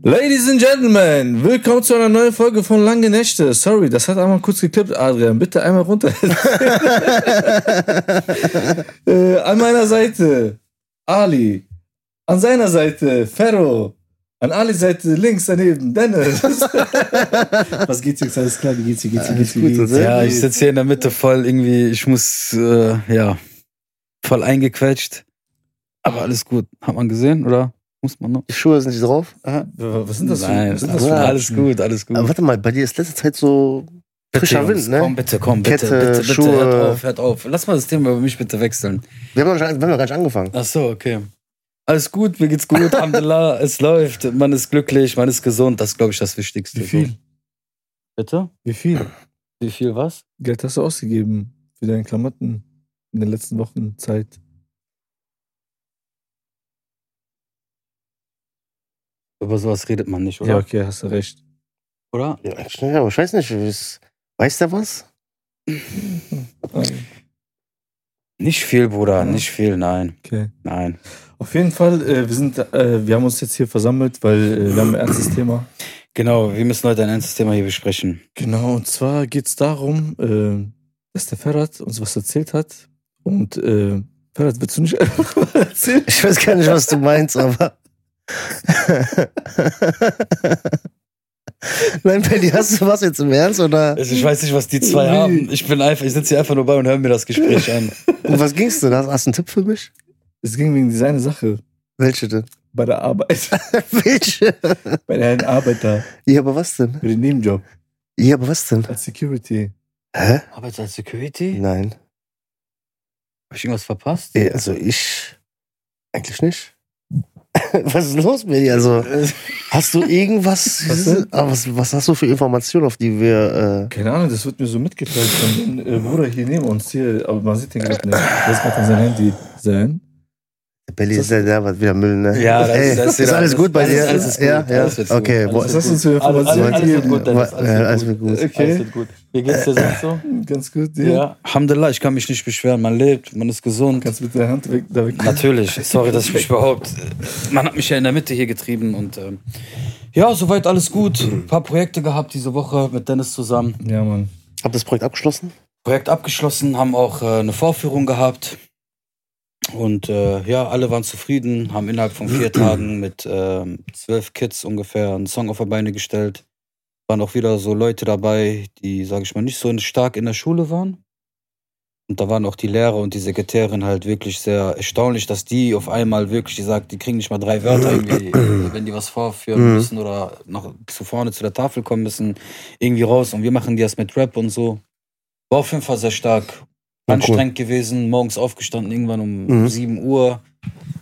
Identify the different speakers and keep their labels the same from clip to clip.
Speaker 1: Ladies and Gentlemen, willkommen zu einer neuen Folge von Lange Nächte. Sorry, das hat einmal kurz geklippt, Adrian. Bitte einmal runter. äh, an meiner Seite Ali, an seiner Seite Ferro, an Alis Seite links daneben Dennis. Was geht's jetzt? Alles klar, wie geht's, wie geht's, wie geht's, wie
Speaker 2: Alles gut,
Speaker 1: geht's?
Speaker 2: oder?
Speaker 3: Ja, ich sitze hier in der Mitte voll irgendwie, ich muss, äh, ja, voll eingequetscht. Aber alles gut. Hat man gesehen, oder? Muss man noch?
Speaker 2: Die Schuhe sind nicht drauf. Aha. Mhm.
Speaker 1: Was sind das für,
Speaker 3: Nein,
Speaker 1: was sind das für
Speaker 2: aber-
Speaker 3: alles gut, alles gut.
Speaker 2: Aber warte mal, bei dir ist letzte Zeit so frischer
Speaker 3: Jungs,
Speaker 2: Wind, ne?
Speaker 3: Komm, bitte, komm, bitte,
Speaker 2: Kette,
Speaker 3: bitte, bitte,
Speaker 2: Schuhe.
Speaker 3: hört auf, hört auf. Lass mal das Thema über mich bitte wechseln.
Speaker 2: Wir haben, noch, gar- wir haben noch gar nicht angefangen.
Speaker 3: Ach so, okay. Alles gut, mir geht's gut, Alhamdulillah, es läuft, man ist glücklich, man ist gesund, das ist, glaube ich, das Wichtigste.
Speaker 1: Wie viel?
Speaker 3: So. Bitte?
Speaker 1: Wie viel
Speaker 3: Wie viel was?
Speaker 1: Geld hast du ausgegeben für deine Klamotten in der letzten Wochen Zeit?
Speaker 3: Über sowas redet man nicht,
Speaker 1: Ja,
Speaker 3: oder?
Speaker 1: okay, hast du recht.
Speaker 3: Oder?
Speaker 2: Ja, echt, ja, aber ich weiß nicht, ist, weiß der was?
Speaker 3: Nicht viel, Bruder, nicht viel, nein,
Speaker 1: Okay.
Speaker 3: nein.
Speaker 1: Auf jeden Fall, äh, wir sind, äh, wir haben uns jetzt hier versammelt, weil äh, wir haben ein ernstes Thema.
Speaker 3: Genau, wir müssen heute ein ernstes Thema hier besprechen.
Speaker 1: Genau, und zwar geht es darum, äh, dass der Ferhat uns was erzählt hat. Und äh, Ferhat, willst du nicht einfach mal erzählen?
Speaker 2: Ich weiß gar nicht, was du meinst, aber. Nein, Pelli, hast du was jetzt im Ernst? Oder
Speaker 3: Also ich weiß nicht, was die zwei
Speaker 1: Wie?
Speaker 3: haben. Ich bin einfach, ich sitze hier einfach nur bei und höre mir das Gespräch an.
Speaker 2: um was ging's denn? Hast, hast du einen Tipp für mich?
Speaker 1: Es ging wegen seiner Sache
Speaker 2: Welche denn?
Speaker 1: bei der Arbeit,
Speaker 2: Welche?
Speaker 1: bei den Arbeiter,
Speaker 2: Ja, aber was denn?
Speaker 1: für den Nebenjob
Speaker 2: Ja, aber was denn?
Speaker 1: als Security.
Speaker 2: Hä?
Speaker 3: Arbeit als Security? Habe
Speaker 2: Nein.
Speaker 3: ich irgendwas verpasst?
Speaker 2: Ja, Also ich. Eigentlich nicht. Was ist los mit dir? Also. Hast du irgendwas?
Speaker 1: Was
Speaker 2: Was,
Speaker 1: denn?
Speaker 2: ah, was, was hast du für Informationen, auf die wir.
Speaker 1: Keine Ahnung, das wird mir so mitgeteilt von dem äh, Bruder hier neben uns hier, aber man sieht den gerade nicht. Der ist gerade an seinem Handy sein.
Speaker 2: Äh, Belly
Speaker 1: Das-
Speaker 2: ist ja der, was wieder Müll, ne?
Speaker 3: Ja, das-
Speaker 2: Ey,
Speaker 3: das-
Speaker 2: ist, alles gut bei
Speaker 3: alles-
Speaker 2: dir.
Speaker 3: alles ist gut,
Speaker 2: Ja, ja.
Speaker 3: alles wird gut.
Speaker 2: okay.
Speaker 3: Alles
Speaker 2: wo-
Speaker 1: Was hast du uns für
Speaker 3: Alles,
Speaker 1: Informationen
Speaker 3: alles, alles wird
Speaker 1: gegeben?
Speaker 3: gut, Dennis. Alles,
Speaker 2: Äh, alles
Speaker 3: wird gut.
Speaker 2: wird gut.
Speaker 3: Alles wird gut. Wie geht's dir sonst so?
Speaker 1: Ganz gut, dir?
Speaker 3: Ja. Alhamdulillah, ich kann mich nicht beschweren. Man lebt, man ist gesund.
Speaker 1: Kannst du mit der Hand weg, da weg.
Speaker 3: Natürlich. Sorry, dass ich mich überhaupt. Man hat mich ja in der Mitte hier getrieben und ähm, ja, soweit alles gut. Ein paar Projekte gehabt diese Woche mit Dennis zusammen.
Speaker 1: Ja, Mann.
Speaker 2: Hab das Projekt abgeschlossen?
Speaker 3: Projekt abgeschlossen, haben auch äh, eine Vorführung gehabt. Und äh, ja, alle waren zufrieden, haben innerhalb von vier Tagen mit ähm, zwölf Kids ungefähr einen Song auf die Beine gestellt. Waren auch wieder so Leute dabei, die, sage ich mal, nicht so in- stark in der Schule waren. Und da waren auch die Lehrer und die Sekretärin halt wirklich sehr erstaunlich, dass die auf einmal wirklich, die sagt, die kriegen nicht mal drei Wörter irgendwie, wenn die was vorführen
Speaker 2: Mhm.
Speaker 3: müssen oder noch zu vorne zu der Tafel kommen müssen, irgendwie raus. Und wir machen die das mit Rap und so. War auf jeden Fall sehr stark.
Speaker 2: Ja,
Speaker 3: Anstrengend gewesen, morgens aufgestanden, irgendwann um
Speaker 2: Mhm.
Speaker 3: 7 Uhr,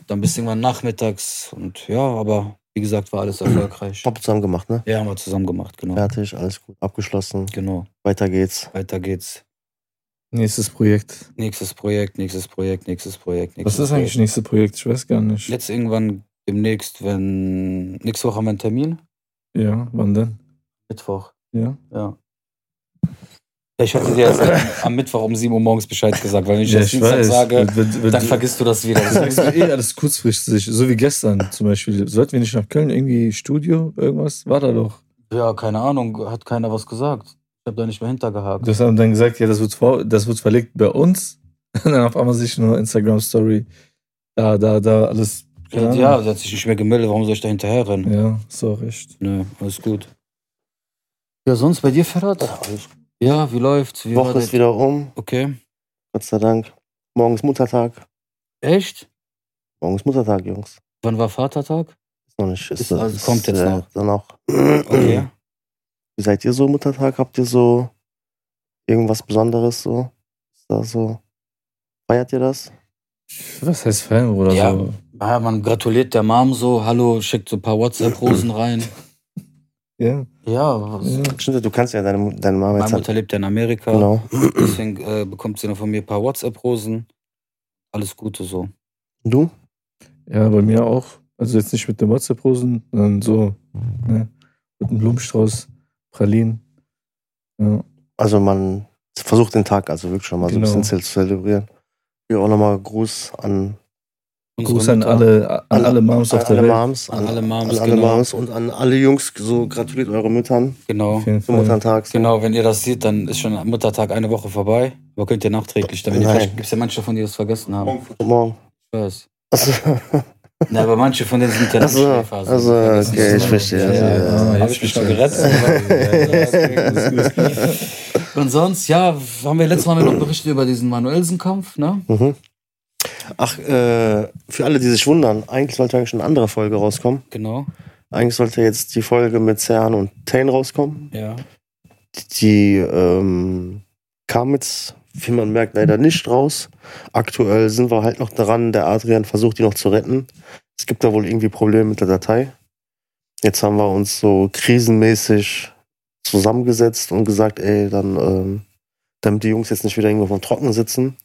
Speaker 3: dann bis irgendwann nachmittags und ja, aber wie gesagt, war alles erfolgreich.
Speaker 2: Hab zusammen gemacht, ne?
Speaker 3: Ja, haben wir zusammen gemacht, genau.
Speaker 2: Fertig, alles gut. Abgeschlossen.
Speaker 3: Genau,
Speaker 2: Weiter geht's.
Speaker 3: weiter geht's.
Speaker 1: Nächstes Projekt.
Speaker 3: Nächstes Projekt, nächstes Projekt, nächstes Projekt, nächstes
Speaker 1: Was ist eigentlich das
Speaker 3: Projekt.
Speaker 1: nächste Projekt? Ich weiß gar nicht.
Speaker 3: Jetzt irgendwann demnächst, wenn. Nächste Woche haben wir einen Termin?
Speaker 1: Ja, wann denn?
Speaker 3: Mittwoch,
Speaker 1: Ja.
Speaker 3: ja. Ja, Ich hatte dir jetzt am Mittwoch um 7 Uhr morgens Bescheid gesagt, weil wenn ich
Speaker 1: ja,
Speaker 3: das Dienstag sage,
Speaker 1: Wenn- wenn- wenn
Speaker 3: dann
Speaker 1: du-
Speaker 3: vergisst du das wieder.
Speaker 1: Du sagst mir eh alles kurzfristig, so wie gestern zum Beispiel. Sollten wir nicht nach Köln irgendwie Studio, irgendwas? War da doch.
Speaker 3: Ja, keine Ahnung, hat keiner was gesagt. Ich habe da nicht mehr hintergehakt.
Speaker 1: Das haben dann gesagt, ja, das wird, vor, das wird verlegt bei uns. Und dann auf einmal sich nur Instagram-Story. Da, da, da, alles.
Speaker 3: ja,
Speaker 1: keine
Speaker 3: ja,
Speaker 1: Ahnung.
Speaker 3: der hat sich nicht mehr gemeldet, warum soll ich da hinterherrennen?
Speaker 1: Ja, ist auch recht.
Speaker 3: Nö, alles gut. Ja, sonst bei dir, Ferhat?
Speaker 2: Ja, alles gut.
Speaker 3: Ja, wie läuft's? Wie war
Speaker 2: Woche ist
Speaker 3: dein-
Speaker 2: wieder um.
Speaker 3: Okay.
Speaker 2: Gott sei Dank. Morgen ist Muttertag.
Speaker 3: Echt?
Speaker 2: Morgen ist Muttertag, Jungs.
Speaker 3: Wann war Vatertag?
Speaker 2: Ist noch nicht. Ist, äh,
Speaker 3: Ist- also kommt jetzt noch.
Speaker 2: Dann auch.
Speaker 3: Okay.
Speaker 2: Wie seid ihr so Muttertag? Habt ihr so irgendwas Besonderes so? Ist da so? Feiert ihr das?
Speaker 1: Was heißt Fan oder
Speaker 3: Ja.
Speaker 1: so?
Speaker 3: Ja, man gratuliert der Mom so, hallo, schickt so ein paar WhatsApp-Rosen rein.
Speaker 1: Ja.
Speaker 3: Ja,
Speaker 1: ja.
Speaker 2: Stimmt, du kannst ja deine, deine Mama
Speaker 3: meine
Speaker 2: jetzt halt,
Speaker 3: Mutter lebt ja in Amerika,
Speaker 2: Genau.
Speaker 3: deswegen äh, bekommt sie noch von mir ein paar WhatsApp-Rosen. Alles Gute so.
Speaker 2: Und Du?
Speaker 1: Ja, bei mir auch. Also jetzt nicht mit den WhatsApp-Rosen, sondern so ne? mit einem Blumenstrauß, Pralinen. Ja.
Speaker 2: Also man versucht den Tag also wirklich schon mal
Speaker 1: Genau.
Speaker 2: so ein bisschen zu zelebrieren. Hier auch nochmal Gruß an
Speaker 3: Unsere
Speaker 1: Gruß an
Speaker 3: Mütter,
Speaker 1: alle, an
Speaker 2: Alle-
Speaker 1: alle Moms
Speaker 2: An
Speaker 1: auf
Speaker 2: alle
Speaker 1: der Welt.
Speaker 2: Moms,
Speaker 3: An alle Moms,
Speaker 2: an alle
Speaker 3: genau.
Speaker 2: Moms und an alle Jungs. So gratuliert eure Müttern
Speaker 3: Genau.
Speaker 1: Auf jeden
Speaker 2: zum
Speaker 1: Fall.
Speaker 2: Muttertag. So.
Speaker 3: Genau, wenn ihr das seht, dann ist schon Muttertag eine Woche vorbei. Aber könnt ihr nachträglich, damit
Speaker 2: Nein.
Speaker 3: vielleicht gibt es ja manche von, die das vergessen haben.
Speaker 2: Guten Morgen.
Speaker 3: Ich weiß.
Speaker 2: Also,
Speaker 3: Na, aber manche von denen sind ja
Speaker 2: Ach so,
Speaker 3: Nachtschläfer, so.
Speaker 2: also,
Speaker 3: Vergessen
Speaker 2: okay,
Speaker 3: sie
Speaker 2: ich
Speaker 3: so.
Speaker 2: verstehe,
Speaker 3: Ja,
Speaker 2: also,
Speaker 3: ja,
Speaker 2: ja,
Speaker 3: ja,
Speaker 1: ja,
Speaker 3: Habe
Speaker 1: jetzt
Speaker 3: ich mich noch
Speaker 1: verstehe
Speaker 3: gerettet. aber- Ja, ja, okay, gut, gut. Und sonst, ja, haben wir letztes Mal noch berichtet über diesen Manuelsen-Kampf, ne?
Speaker 2: mhm. Ach, äh, für alle, die sich wundern, eigentlich sollte eigentlich schon eine andere Folge rauskommen.
Speaker 3: Genau,
Speaker 2: Eigentlich sollte jetzt die Folge mit Serhan und Tane rauskommen.
Speaker 3: ja.
Speaker 2: Die ähm, kam jetzt, wie man merkt, leider nicht raus. Aktuell sind wir halt noch dran. Der Adrian versucht, die noch zu retten. Es gibt da wohl irgendwie Probleme mit der Datei. Jetzt haben wir uns so krisenmäßig zusammengesetzt und gesagt, ey, dann, ähm, damit die Jungs jetzt nicht wieder irgendwo vom Trocken sitzen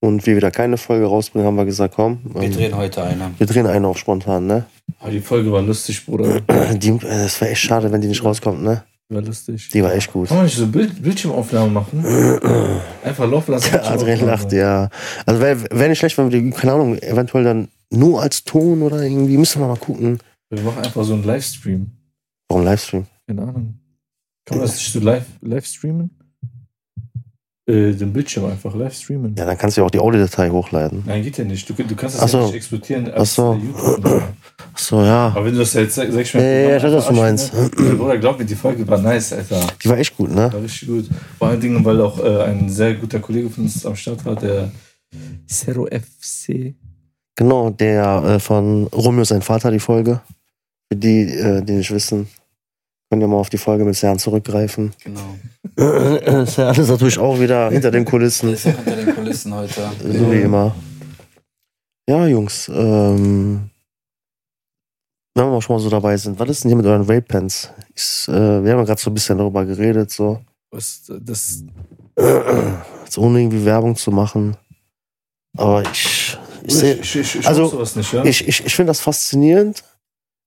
Speaker 2: und wir wieder keine Folge rausbringen, haben wir gesagt, komm,
Speaker 3: Wir
Speaker 2: ähm,
Speaker 3: drehen heute eine.
Speaker 2: wir drehen eine auf spontan, ne?
Speaker 1: Aber Ah, die Folge war lustig, Bruder.
Speaker 2: Die, äh, das wäre echt schade, wenn die nicht rauskommt, ne?
Speaker 1: War lustig.
Speaker 2: Die war echt gut.
Speaker 1: Kann man nicht so Bild, Bildschirmaufnahmen machen? Einfach laufen lassen.
Speaker 2: Der Adrian lacht, ja. Also wäre wär nicht schlecht, wenn wir die, keine Ahnung, eventuell dann nur als Ton oder irgendwie, müssen wir mal gucken.
Speaker 1: Wir machen einfach so einen Livestream.
Speaker 2: Warum Livestream?
Speaker 1: Keine Ahnung. Kann man das nicht so live, live streamen? Äh, den Bildschirm einfach live streamen.
Speaker 2: Ja, dann kannst du ja auch die Audiodatei hochladen.
Speaker 1: Nein, geht ja nicht. Du, du kannst das
Speaker 2: Ach so.
Speaker 1: ja nicht exportieren. als,
Speaker 2: Ach so.
Speaker 1: äh, YouTube.
Speaker 2: Ach so, ja.
Speaker 1: Aber wenn du das jetzt sag, sag ich mal.
Speaker 2: Ja, ja, ja, ich weiß, was du meinst.
Speaker 1: ne? Oder glaub mir, die Folge war nice, Alter.
Speaker 2: Die war echt gut, ne?
Speaker 1: War richtig gut. Vor allen Dingen, weil auch äh, ein sehr guter Kollege von uns am Start war, der Zero FC.
Speaker 2: Genau, der äh, von Romeo, sein Vater, die Folge. Für die, äh, die nicht wissen, können ja mal auf die Folge mit Sern zurückgreifen.
Speaker 3: Genau.
Speaker 2: Sern ist natürlich auch wieder hinter den Kulissen,
Speaker 3: Alles hinter den Kulissen heute.
Speaker 2: so wie immer. Ja, Jungs, ähm, wenn wir schon mal so dabei sind, was ist denn hier mit euren Vape-Pens? Ist, äh, wir haben ja gerade so ein bisschen darüber geredet, so.
Speaker 1: Was, das,
Speaker 2: Jetzt ohne irgendwie Werbung zu machen. Aber ich, ich sehe
Speaker 1: ich, ich, ich
Speaker 2: also,
Speaker 1: hab sowas nicht, ja?
Speaker 2: Ich, ich, ich finde das faszinierend.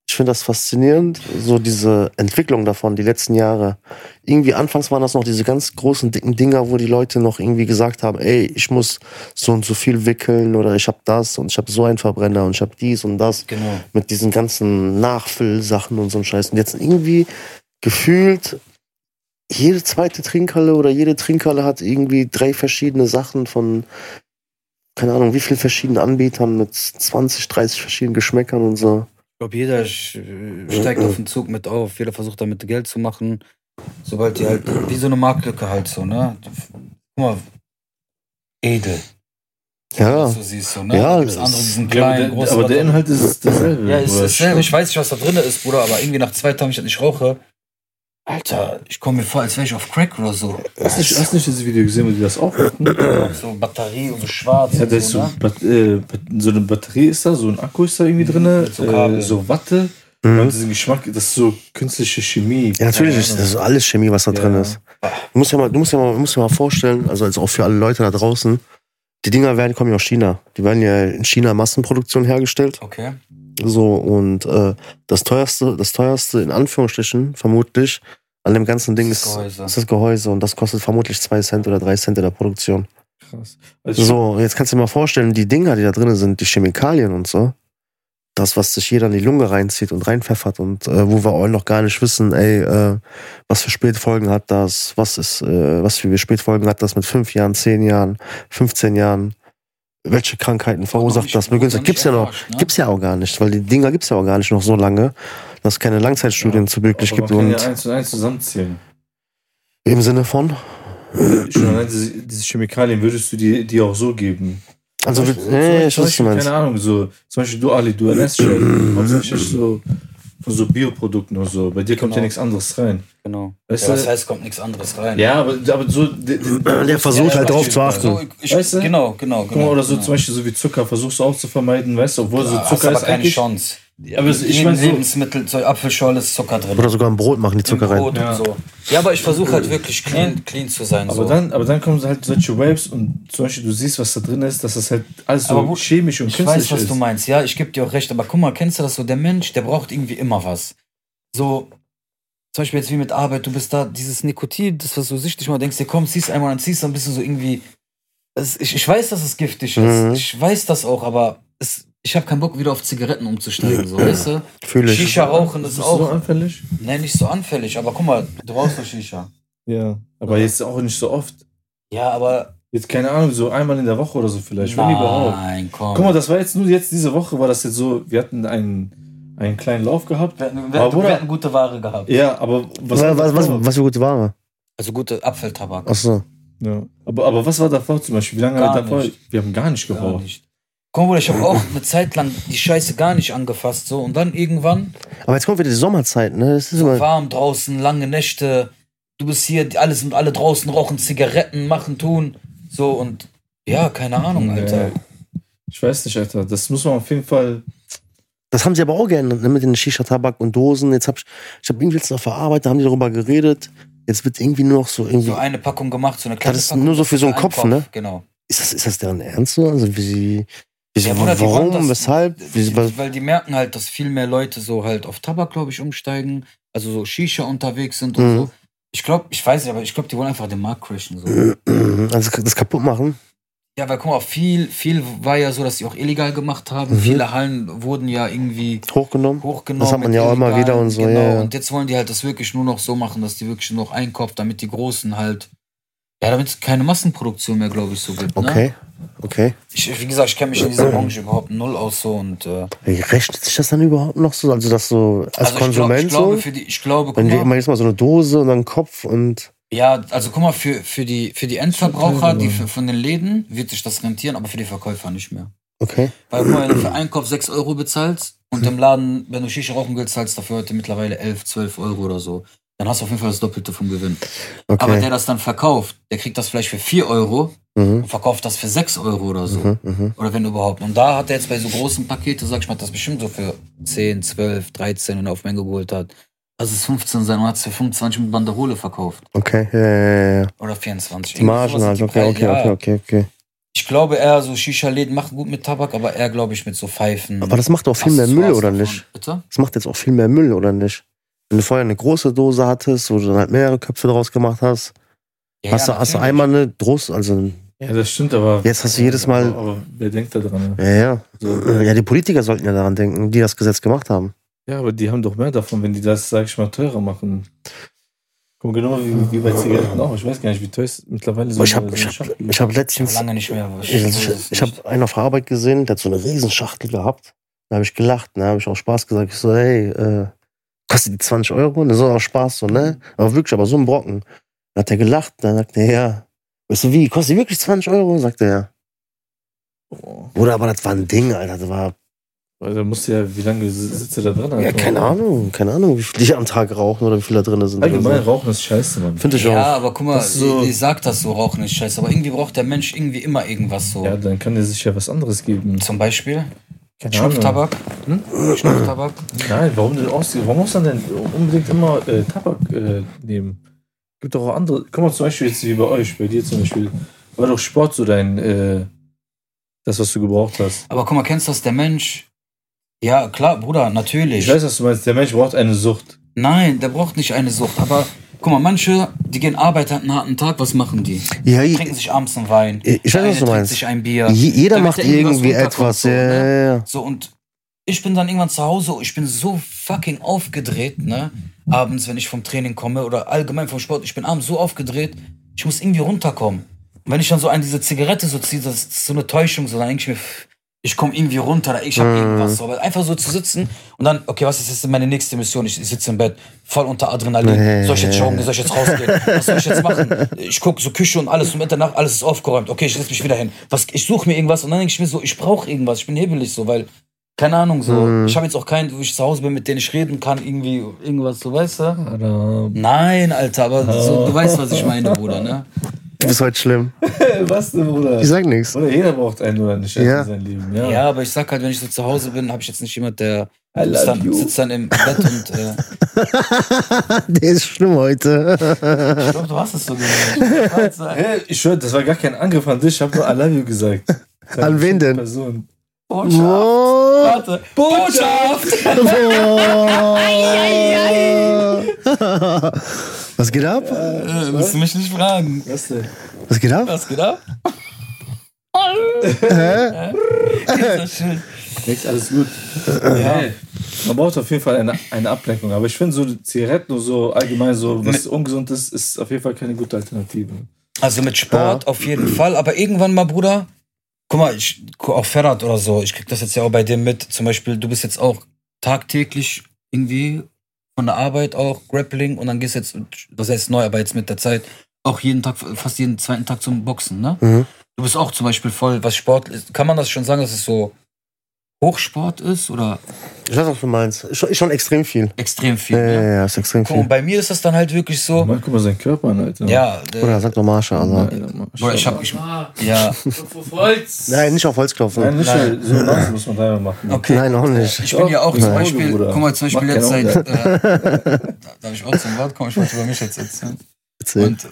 Speaker 2: Ich finde das faszinierend, so diese Entwicklung davon, die letzten Jahre. Irgendwie anfangs waren das noch diese ganz großen, dicken Dinger, wo die Leute noch irgendwie gesagt haben, ey, ich muss so und so viel wickeln oder ich habe das und ich habe so einen Verbrenner und ich habe dies und das
Speaker 3: Genau.
Speaker 2: mit diesen ganzen Nachfüllsachen und so Scheiß. Und jetzt irgendwie gefühlt, jede zweite Trinkhalle oder jede Trinkhalle hat irgendwie drei verschiedene Sachen von, keine Ahnung, wie vielen verschiedenen Anbietern mit 20, 30 verschiedenen Geschmäckern und so.
Speaker 3: Ich glaube, jeder sch- äh, steigt auf den Zug mit auf. Jeder versucht damit Geld zu machen. Sobald die halt, wie so eine Marktlücke halt so, ne? Guck mal, edel.
Speaker 2: Ja,
Speaker 3: So siehst du, ne?
Speaker 2: Ja,
Speaker 3: Da gibt's andere, die
Speaker 2: das-
Speaker 3: sind
Speaker 1: Ja,
Speaker 3: klein,
Speaker 1: aber
Speaker 3: groß.
Speaker 1: der, aber der
Speaker 3: drin-
Speaker 1: Inhalt ist dasselbe.
Speaker 3: ja, ist
Speaker 1: Bruder.
Speaker 3: dasselbe. Ich weiß nicht, was da drin ist, Bruder, aber irgendwie nach zwei Tagen, wenn ich das nicht rauche, Alter, ich komme mir vor, als wäre ich auf Crack oder so.
Speaker 1: Hast du nicht, hast du nicht das Video gesehen, wo die das aufmachen?
Speaker 3: So Batterie und so schwarz.
Speaker 1: Ja,
Speaker 3: und
Speaker 1: da ist
Speaker 3: so,
Speaker 1: so,
Speaker 3: ne?
Speaker 1: Bat- äh, Bat- so eine Batterie ist da, so ein Akku ist da irgendwie drin,
Speaker 3: so Kabel.
Speaker 1: äh, so Watte.
Speaker 2: Mhm.
Speaker 1: Und diesen Geschmack, das ist so künstliche Chemie.
Speaker 2: ja natürlich
Speaker 1: Keine
Speaker 2: ist
Speaker 1: Ahnung.
Speaker 2: das ist alles Chemie, was da
Speaker 1: also. Ja.
Speaker 2: drin ist. Du musst ja mal, du musst ja mal, du musst dir mal vorstellen, also jetzt auch für alle Leute da draußen, die Dinger werden, kommen ja aus China. Die werden ja in China Massenproduktion hergestellt.
Speaker 3: Okay.
Speaker 2: So, und äh, das teuerste, das teuerste in Anführungsstrichen, vermutlich, an dem ganzen Ding
Speaker 3: Das
Speaker 2: ist,
Speaker 3: Gehäuse.
Speaker 2: ist das Gehäuse und das kostet vermutlich 2 Cent oder 3 Cent in der Produktion.
Speaker 1: Krass. Also ich,
Speaker 2: So, jetzt kannst du dir mal vorstellen, die Dinger, die da drin sind, die Chemikalien und so, das, was sich jeder in die Lunge reinzieht und reinpfeffert und äh, wo wir auch noch gar nicht wissen, ey, äh, was für Spätfolgen hat das, was ist, äh, was für Spätfolgen hat das mit 5 Jahren, 10 Jahren, 15 Jaャン, welche Krankheiten verursacht Oh, das, begünstigt, gibt's ja noch.
Speaker 3: Ne?
Speaker 2: Gibt's ja auch gar nicht, weil die Dinger gibt's ja auch gar nicht noch so lange, dass es keine Langzeitstudien
Speaker 1: Ja,
Speaker 2: zu wirklich
Speaker 1: aber
Speaker 2: gibt.
Speaker 1: man kann
Speaker 2: Und
Speaker 1: ja eins und eins zusammenzählen.
Speaker 2: im Sinne von,
Speaker 1: Schon allein diese, diese Chemikalien würdest du dir die auch so geben.
Speaker 2: also,
Speaker 1: Zum
Speaker 2: wir-
Speaker 1: Beispiel-
Speaker 2: nee, ich
Speaker 1: zum
Speaker 2: weiß, was du
Speaker 1: Beispiel,
Speaker 2: meinst. Mhm.
Speaker 1: Keine Ahnung, so, zum Beispiel du, Ali, du ernährst dich ja hauptsächlich so von so Bioprodukten und so. Bei dir kommt ja
Speaker 3: Genau.
Speaker 1: nichts anderes rein.
Speaker 3: Genau.
Speaker 1: Weißt
Speaker 3: Ja, das
Speaker 1: du?
Speaker 3: heißt, kommt nichts anderes rein.
Speaker 1: Ja, aber, aber so. de- de-
Speaker 2: Der versucht
Speaker 3: Ja,
Speaker 2: halt drauf
Speaker 3: ich-
Speaker 2: zu
Speaker 3: So,
Speaker 2: achten.
Speaker 3: ich, ich,
Speaker 1: Weißt du?
Speaker 3: Genau, genau.
Speaker 1: Guck mal,
Speaker 3: genau
Speaker 1: oder so
Speaker 3: genau.
Speaker 1: zum Beispiel so wie Zucker versuchst du auch zu vermeiden, weißt du, obwohl so
Speaker 3: Hast
Speaker 1: Also Zucker
Speaker 3: aber
Speaker 1: ist
Speaker 3: keine
Speaker 1: eigentlich.
Speaker 3: Chance.
Speaker 1: Aber es- ich
Speaker 3: Jedem
Speaker 1: meine so-
Speaker 3: Lebensmittel, so Apfelschorle ist Zucker drin.
Speaker 2: Oder sogar im Brot machen die
Speaker 3: Im
Speaker 2: Zucker rein.
Speaker 3: Brot
Speaker 1: Ja.
Speaker 3: und so. Ja, aber ich versuche halt wirklich clean, clean zu sein.
Speaker 1: Aber
Speaker 3: so.
Speaker 1: dann, aber dann kommen halt solche Waves und zum Beispiel du siehst, was da drin ist, dass das halt alles so
Speaker 3: Aber gut,
Speaker 1: chemisch und
Speaker 3: ich weiß,
Speaker 1: künstlich
Speaker 3: was
Speaker 1: ist.
Speaker 3: du meinst. Ja, ich gebe dir auch recht. Aber guck mal, kennst du das so? Der Mensch, der braucht irgendwie immer was. So, zum Beispiel jetzt wie mit Arbeit. Du bist da, dieses Nikotin, das, was du sichtlich mal denkst, dir komm, ziehst einmal, dann ziehst du ein bisschen so irgendwie. Es- ich, ich weiß, dass es giftig ist.
Speaker 2: Mhm.
Speaker 3: Ich weiß das auch, aber es,
Speaker 4: ich habe keinen Bock, wieder auf Zigaretten umzusteigen, so, weißt du?
Speaker 2: Fühle ich.
Speaker 3: Shisha rauchen, das
Speaker 1: Bist
Speaker 3: ist
Speaker 1: du so
Speaker 3: auch,
Speaker 1: anfällig?
Speaker 3: ne, nicht so anfällig, aber guck mal, du rauchst doch Shisha.
Speaker 1: Ja. Aber jetzt auch nicht so oft.
Speaker 3: Ja, aber,
Speaker 1: Jetzt keine Ahnung, so einmal in der Woche oder so vielleicht. Wenn überhaupt.
Speaker 3: nein, komm.
Speaker 1: Guck mal, das war jetzt nur jetzt diese Woche, war das jetzt so, wir hatten einen, einen kleinen Lauf gehabt.
Speaker 3: wir, wir,
Speaker 1: Aber
Speaker 3: wir,
Speaker 1: Bruder-
Speaker 3: wir hatten gute Ware gehabt.
Speaker 1: Ja, aber
Speaker 2: Was,
Speaker 1: was,
Speaker 2: was, was, was für gute Ware?
Speaker 3: Also gute Apfeltabak.
Speaker 2: Achso.
Speaker 1: Ja. Aber, aber was war davor zum Beispiel? Wie lange
Speaker 3: Gar
Speaker 1: war davor?
Speaker 3: nicht.
Speaker 1: Wir haben gar nicht
Speaker 3: Gar
Speaker 1: geraucht.
Speaker 3: nicht. Guck mal, Bruder, ich habe auch eine Zeit lang die Scheiße gar nicht angefasst, so, und dann irgendwann,
Speaker 2: Aber jetzt kommt wieder die Sommerzeit, ne? Das ist immer.
Speaker 3: warm draußen, lange Nächte, du bist hier, die- alle sind alle draußen, rauchen Zigaretten, machen, tun, so, und, ja, keine Ahnung, Alter.
Speaker 1: Nee. Ich weiß nicht, Alter. Das muss man auf jeden Fall.
Speaker 2: Das haben sie aber auch geändert, ne? Mit den Shisha-Tabak und Dosen. Jetzt hab ich, ich habe irgendwie jetzt noch verarbeitet, da haben die darüber geredet. Jetzt wird irgendwie nur noch so irgendwie.
Speaker 3: So eine Packung gemacht, so eine kleine
Speaker 2: Das ist
Speaker 3: Packung.
Speaker 2: nur so für so einen
Speaker 3: einen
Speaker 2: Kopf, ne?
Speaker 3: Genau.
Speaker 2: Ist das, ist das deren Ernst so? Also wie sie. Wie sie
Speaker 3: Ja, Bruder, die
Speaker 2: warum?
Speaker 3: wollen das-
Speaker 2: weshalb? Wie sie, was,
Speaker 3: Weil die merken halt, dass viel mehr Leute so halt auf Tabak, glaube ich, umsteigen, also so Shisha unterwegs sind und
Speaker 2: Mhm.
Speaker 3: so. Ich glaube, ich weiß nicht, aber ich glaube, die wollen einfach den Markt crashen. So.
Speaker 2: also das kaputt machen?
Speaker 3: Ja, weil guck mal, viel, viel war ja so, dass die auch illegal gemacht haben.
Speaker 2: Mhm.
Speaker 3: Viele Hallen wurden ja irgendwie
Speaker 2: Hochgenommen?
Speaker 3: hochgenommen.
Speaker 2: Das hat man
Speaker 3: mit
Speaker 2: ja auch immer
Speaker 3: illegalen,
Speaker 2: wieder und so,
Speaker 3: Genau.
Speaker 2: ja, ja.
Speaker 3: Und jetzt wollen die halt das wirklich nur noch so machen, dass die wirklich nur noch einkaufen, damit die Großen halt. Ja, damit es keine Massenproduktion mehr, glaube ich, so gibt. Ne?
Speaker 2: Okay. Okay.
Speaker 3: Ich, wie gesagt, ich kenne mich in dieser Branche überhaupt null aus so und äh,
Speaker 2: Ey, Rechnet sich das dann überhaupt noch so? Also, das so als
Speaker 3: also
Speaker 2: Konsument
Speaker 3: ich, glaub, ich glaube
Speaker 2: so?
Speaker 3: für die, ich glaube, guck
Speaker 2: Wenn wir
Speaker 3: mal,
Speaker 2: immer jetzt mal so eine Dose und dann Kopf und.
Speaker 3: ja, also guck mal für, für die für die
Speaker 1: teuer
Speaker 3: Endverbraucher, die
Speaker 1: geworden.
Speaker 3: für, von den Läden wird sich das rentieren, aber für die Verkäufer nicht mehr.
Speaker 2: Okay.
Speaker 3: Weil guck mal, wenn du für Einkauf 6 Euro bezahlst und im Laden, wenn du Shisha rauchen willst, zahlst du dafür heute mittlerweile 11, 12 Euro oder so. Dann hast du auf jeden Fall das Doppelte vom Gewinn.
Speaker 2: Okay.
Speaker 3: Aber der das dann verkauft, der kriegt das vielleicht für 4 Euro
Speaker 2: mhm.
Speaker 3: und verkauft das für 6 Euro oder so.
Speaker 2: Mhm. Mhm.
Speaker 3: Oder wenn überhaupt. Und da hat er jetzt bei so großen Pakete, sag ich mal, das bestimmt so für 10, 12, 13, wenn er auf Menge geholt hat. Lass es 15 sein und hat es für 25 mit Banderole verkauft.
Speaker 2: Okay. Ja, ja, ja, ja.
Speaker 3: Oder 24.
Speaker 2: Die Margen
Speaker 3: Irgendwie sowas
Speaker 2: halt.
Speaker 3: sind die
Speaker 2: Okay,
Speaker 3: Preise.
Speaker 2: okay,
Speaker 3: Ja,
Speaker 2: okay, okay, okay.
Speaker 3: Ich glaube eher, so Shisha-Läden machen gut mit Tabak, aber eher, glaube ich, mit so Pfeifen.
Speaker 2: Aber das macht auch viel mehr Müll,
Speaker 3: Accessoires
Speaker 2: oder
Speaker 3: davon.
Speaker 2: nicht?
Speaker 3: Bitte?
Speaker 2: Das macht jetzt auch viel mehr Müll, oder nicht? Wenn du vorher eine große Dose hattest, wo du dann halt mehrere Köpfe draus gemacht hast,
Speaker 3: Ja,
Speaker 2: hast,
Speaker 3: ja,
Speaker 2: du, hast du
Speaker 3: natürlich.
Speaker 2: einmal eine Dose, also
Speaker 1: Ja, das stimmt, aber.
Speaker 2: jetzt hast du jedes Mal.
Speaker 1: Aber, aber wer denkt da dran? ne?
Speaker 2: Ja, ja.
Speaker 1: So.
Speaker 2: Ja, die Politiker sollten ja daran denken, die das Gesetz gemacht haben.
Speaker 1: Ja, aber die haben doch mehr davon, wenn die das, sag ich mal, teurer machen. Guck mal, genau wie, wie bei Zigaretten auch. Ich weiß gar nicht, wie teuer ist mittlerweile so
Speaker 2: ich
Speaker 1: so
Speaker 2: habe ich hab, ich hab
Speaker 3: Ich
Speaker 2: letztens,
Speaker 3: hab lange nicht mehr. aber
Speaker 2: ich,
Speaker 3: weiß
Speaker 2: ich,
Speaker 3: es
Speaker 2: ich
Speaker 3: nicht.
Speaker 2: habe einen auf der Arbeit gesehen, der hat so eine Riesenschachtel gehabt. Da habe ich gelacht, da ne? habe ich auch Spaß gesagt. Ich so, hey, äh, kostet die 20 Euro? Das ist auch Spaß, so, ne? Aber wirklich, aber so ein Brocken. Dann hat er gelacht, dann sagt er, ja. Weißt du, wie, kostet die wirklich 20 Euro? Sagt er, ja.
Speaker 1: Boah,
Speaker 2: Bruder, aber das war ein Ding, Alter. Das war,
Speaker 1: Weil da musst du ja, wie lange s- sitzt du da dran?
Speaker 2: ja,
Speaker 1: Alter?
Speaker 2: keine Ahnung, keine Ahnung, wie viele die am Tag rauchen oder wie viele da drin sind.
Speaker 1: Allgemein
Speaker 2: Also,
Speaker 1: Rauchen ist scheiße, Mann.
Speaker 2: Finde ich
Speaker 3: ja,
Speaker 2: auch.
Speaker 3: aber guck mal,
Speaker 1: Das ist so-
Speaker 3: ich, ich sag das so, Rauchen ist scheiße, aber irgendwie braucht der Mensch irgendwie immer irgendwas so.
Speaker 1: Ja, dann kann der sich ja was anderes geben.
Speaker 3: Zum Beispiel
Speaker 1: Keine Ahnung.
Speaker 3: Schnupftabak.
Speaker 1: Hm?
Speaker 3: Schnupftabak.
Speaker 1: Nein, warum denn aus, Warum muss man denn unbedingt immer äh, Tabak äh, nehmen? Gibt doch auch andere. Guck mal, zum Beispiel jetzt wie bei euch, bei dir zum Beispiel. War doch Sport so dein. Äh, das, was du gebraucht hast.
Speaker 3: Aber guck mal, kennst du das, der Mensch? Ja, klar, Bruder, natürlich.
Speaker 1: Ich weiß, was du meinst. Der Mensch braucht eine Sucht.
Speaker 3: Nein, der braucht nicht eine Sucht, aber guck mal, manche, die gehen arbeiten, hatten einen harten Tag, was machen die?
Speaker 2: Ja, ich,
Speaker 3: Trinken sich abends einen Wein.
Speaker 2: ich weiß,
Speaker 3: Der eine
Speaker 2: was du
Speaker 3: trinkt
Speaker 2: meinst.
Speaker 3: sich ein Bier.
Speaker 2: Je- jeder
Speaker 3: damit
Speaker 2: macht
Speaker 3: da irgendwie was
Speaker 2: irgendwie
Speaker 3: runterkommt,
Speaker 2: etwas.
Speaker 3: so,
Speaker 2: Ja,
Speaker 3: ne?
Speaker 2: ja, ja.
Speaker 3: So, und ich bin dann irgendwann zu Hause, ich bin so fucking aufgedreht, ne? Abends, wenn ich vom Training komme oder allgemein vom Sport, ich bin abends so aufgedreht, ich muss irgendwie runterkommen. Und wenn ich dann so an diese Zigarette so ziehe, das ist so eine Täuschung, so dann denke ich mir, pff, ich komme irgendwie runter, oder ich habe irgendwas. So. Aber einfach so zu sitzen und dann, okay, was ist jetzt meine nächste Mission? Ich sitze im Bett, voll unter Adrenalin. Soll ich jetzt joggen? Soll ich jetzt rausgehen? Was soll ich jetzt machen? Ich gucke so Küche und alles und Mitternacht, alles ist aufgeräumt. Okay, ich setze mich wieder hin. Was, ich suche mir irgendwas und dann denke ich mir so, ich brauche irgendwas, ich bin hebelig so, weil keine Ahnung, so. Ich habe jetzt auch keinen, wo ich zu Hause bin, mit denen ich reden kann, irgendwie irgendwas, so weißt du?
Speaker 1: Adam.
Speaker 3: Nein, Alter, aber so, du weißt, was ich meine, Bruder, ne?
Speaker 2: Du bist heute schlimm.
Speaker 1: was denn, Bruder?
Speaker 2: Ich sag nichts.
Speaker 1: Oder jeder braucht einen oder nicht
Speaker 2: Ja.
Speaker 1: in seinem Leben. Ja.
Speaker 3: Ja, aber ich sag halt, wenn ich so zu Hause bin, habe ich jetzt nicht jemand, der
Speaker 1: I love
Speaker 3: sitzt dann,
Speaker 1: you.
Speaker 3: sitzt dann im Bett und. Äh,
Speaker 2: Der ist schlimm heute.
Speaker 3: ich glaube, du hast es so gesagt.
Speaker 1: Hä? ich schwör, das war gar kein Angriff an dich. Ich habe nur I love you gesagt.
Speaker 2: An wen denn?
Speaker 1: Person.
Speaker 3: Botschaft.
Speaker 2: Oh.
Speaker 3: Warte. Botschaft!
Speaker 2: Was geht ab?
Speaker 3: Äh, musst du mich nicht fragen.
Speaker 1: Was denn?
Speaker 2: Was geht ab?
Speaker 3: Was geht ab?
Speaker 2: Hä?
Speaker 3: Äh? Ist das schön.
Speaker 1: Nichts, alles gut. Ja, Äh, man braucht auf jeden Fall eine, eine Ablenkung. Aber ich finde so Zigaretten und so allgemein so, was ungesund ist, ist auf jeden Fall keine gute Alternative.
Speaker 3: Also mit Sport auf jeden Fall, aber irgendwann mal, Bruder, guck mal, ich, guck, auch Ferrat oder so, ich krieg das jetzt ja auch bei dir mit. Zum Beispiel, du bist jetzt auch tagtäglich irgendwie von der Arbeit auch Grappling und dann gehst jetzt, das heißt neu, aber jetzt mit der Zeit auch jeden Tag, fast jeden zweiten Tag zum Boxen, ne?
Speaker 2: Mhm.
Speaker 3: Du bist auch zum Beispiel voll, was Sport ist. Kann man das schon sagen, dass es so Hochsport ist oder
Speaker 2: Ich weiß, was du meinst. Schon, schon extrem viel.
Speaker 3: extrem viel?
Speaker 2: Ja, ja,
Speaker 3: Ne?
Speaker 2: ja, ist extrem
Speaker 3: Guck, und
Speaker 2: viel.
Speaker 3: bei mir ist das dann halt wirklich so,
Speaker 1: Mal guck mal seinen Körper an, Alter.
Speaker 3: ja,
Speaker 2: Oder
Speaker 3: äh,
Speaker 2: sag doch Marsha, also.
Speaker 1: Alter, Mann.
Speaker 3: Bruder, ich hab, ich, ja,
Speaker 2: Nein, nicht auf Holz klopfen.
Speaker 1: Nein,
Speaker 2: Nein,
Speaker 1: nicht
Speaker 3: Nein.
Speaker 1: so Nase muss man dreimal machen.
Speaker 3: okay.
Speaker 2: auch nicht.
Speaker 3: Ich bin ja auch
Speaker 1: Ja.
Speaker 3: zum Beispiel,
Speaker 1: Bruder.
Speaker 3: guck mal, zum Beispiel
Speaker 1: Mach
Speaker 3: jetzt
Speaker 1: keine
Speaker 3: seit, äh, da- darf ich auch zum Wort kommen, ich wollte über mich jetzt erzählen.
Speaker 2: Erzähl,
Speaker 3: Und, äh,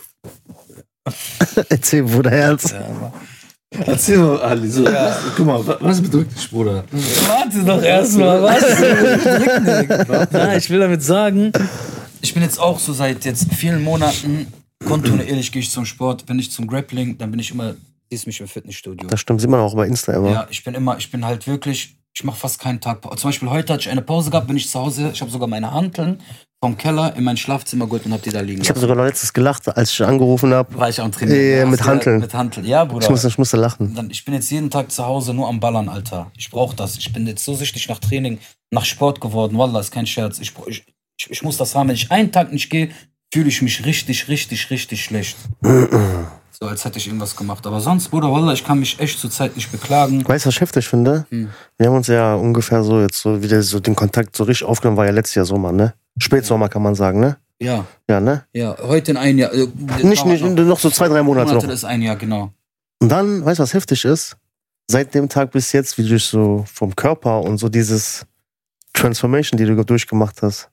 Speaker 2: Erzähl Bruder Herz.
Speaker 3: ja, aber-
Speaker 1: Erzähl mal, Ali. So, was, guck mal, wa- was bedrückt dich, Bruder?
Speaker 3: warte doch erstmal, was? Nein, ich will damit sagen, ich bin jetzt auch so seit jetzt vielen Monaten, kontinuierlich gehe ich zum Sport, wenn ich zum Grappling, dann bin ich immer, siehst mich im Fitnessstudio.
Speaker 2: Das stimmt, sieht man auch bei Insta immer.
Speaker 3: Ja, ich bin immer, ich bin halt wirklich, ich mache fast keinen Tag. Pause. Zum Beispiel heute hatte ich eine Pause gehabt, bin ich zu Hause, ich habe sogar meine Hanteln vom Keller in mein Schlafzimmer geholt und habe die da liegen
Speaker 2: Ich habe sogar noch letztes gelacht, als ich angerufen habe.
Speaker 3: War ich am Trainieren.
Speaker 2: Äh,
Speaker 3: Ja,
Speaker 2: mit
Speaker 3: hast du-
Speaker 2: Hanteln.
Speaker 3: Mit Hanteln, ja, Bruder.
Speaker 2: Ich, muss, ich musste lachen.
Speaker 3: dann, ich bin jetzt jeden Tag zu Hause nur am Ballern, Alter. Ich brauche das. Ich bin jetzt so süchtig nach Training, nach Sport geworden. Wallah, ist kein Scherz. Ich, bra- ich, ich, ich muss das haben. Wenn ich einen Tag nicht gehe, fühle ich mich richtig, richtig, richtig schlecht. so, als hätte ich irgendwas gemacht. Aber sonst, Bruder, Wallah, ich kann mich echt zurzeit nicht beklagen.
Speaker 2: Weißt du, was ich heftig finde?
Speaker 3: Hm.
Speaker 2: Wir haben uns ja ungefähr so jetzt so wieder so den Kontakt so richtig aufgenommen, war ja letztes Jahr Sommer, ne? Spätsommer kann man sagen, ne?
Speaker 3: Ja,
Speaker 2: Ja, ne?
Speaker 3: ja. Heute in ein Jahr. äh,
Speaker 2: Nicht,
Speaker 3: dauert
Speaker 2: nicht,
Speaker 3: noch.
Speaker 2: noch so zwei, drei Monate noch.
Speaker 3: Monate ist ein Jahr, genau.
Speaker 2: Und dann, weißt du, was heftig ist? Seit dem Tag bis jetzt, wie du dich so vom Körper und so dieses Transformation, die du durchgemacht hast,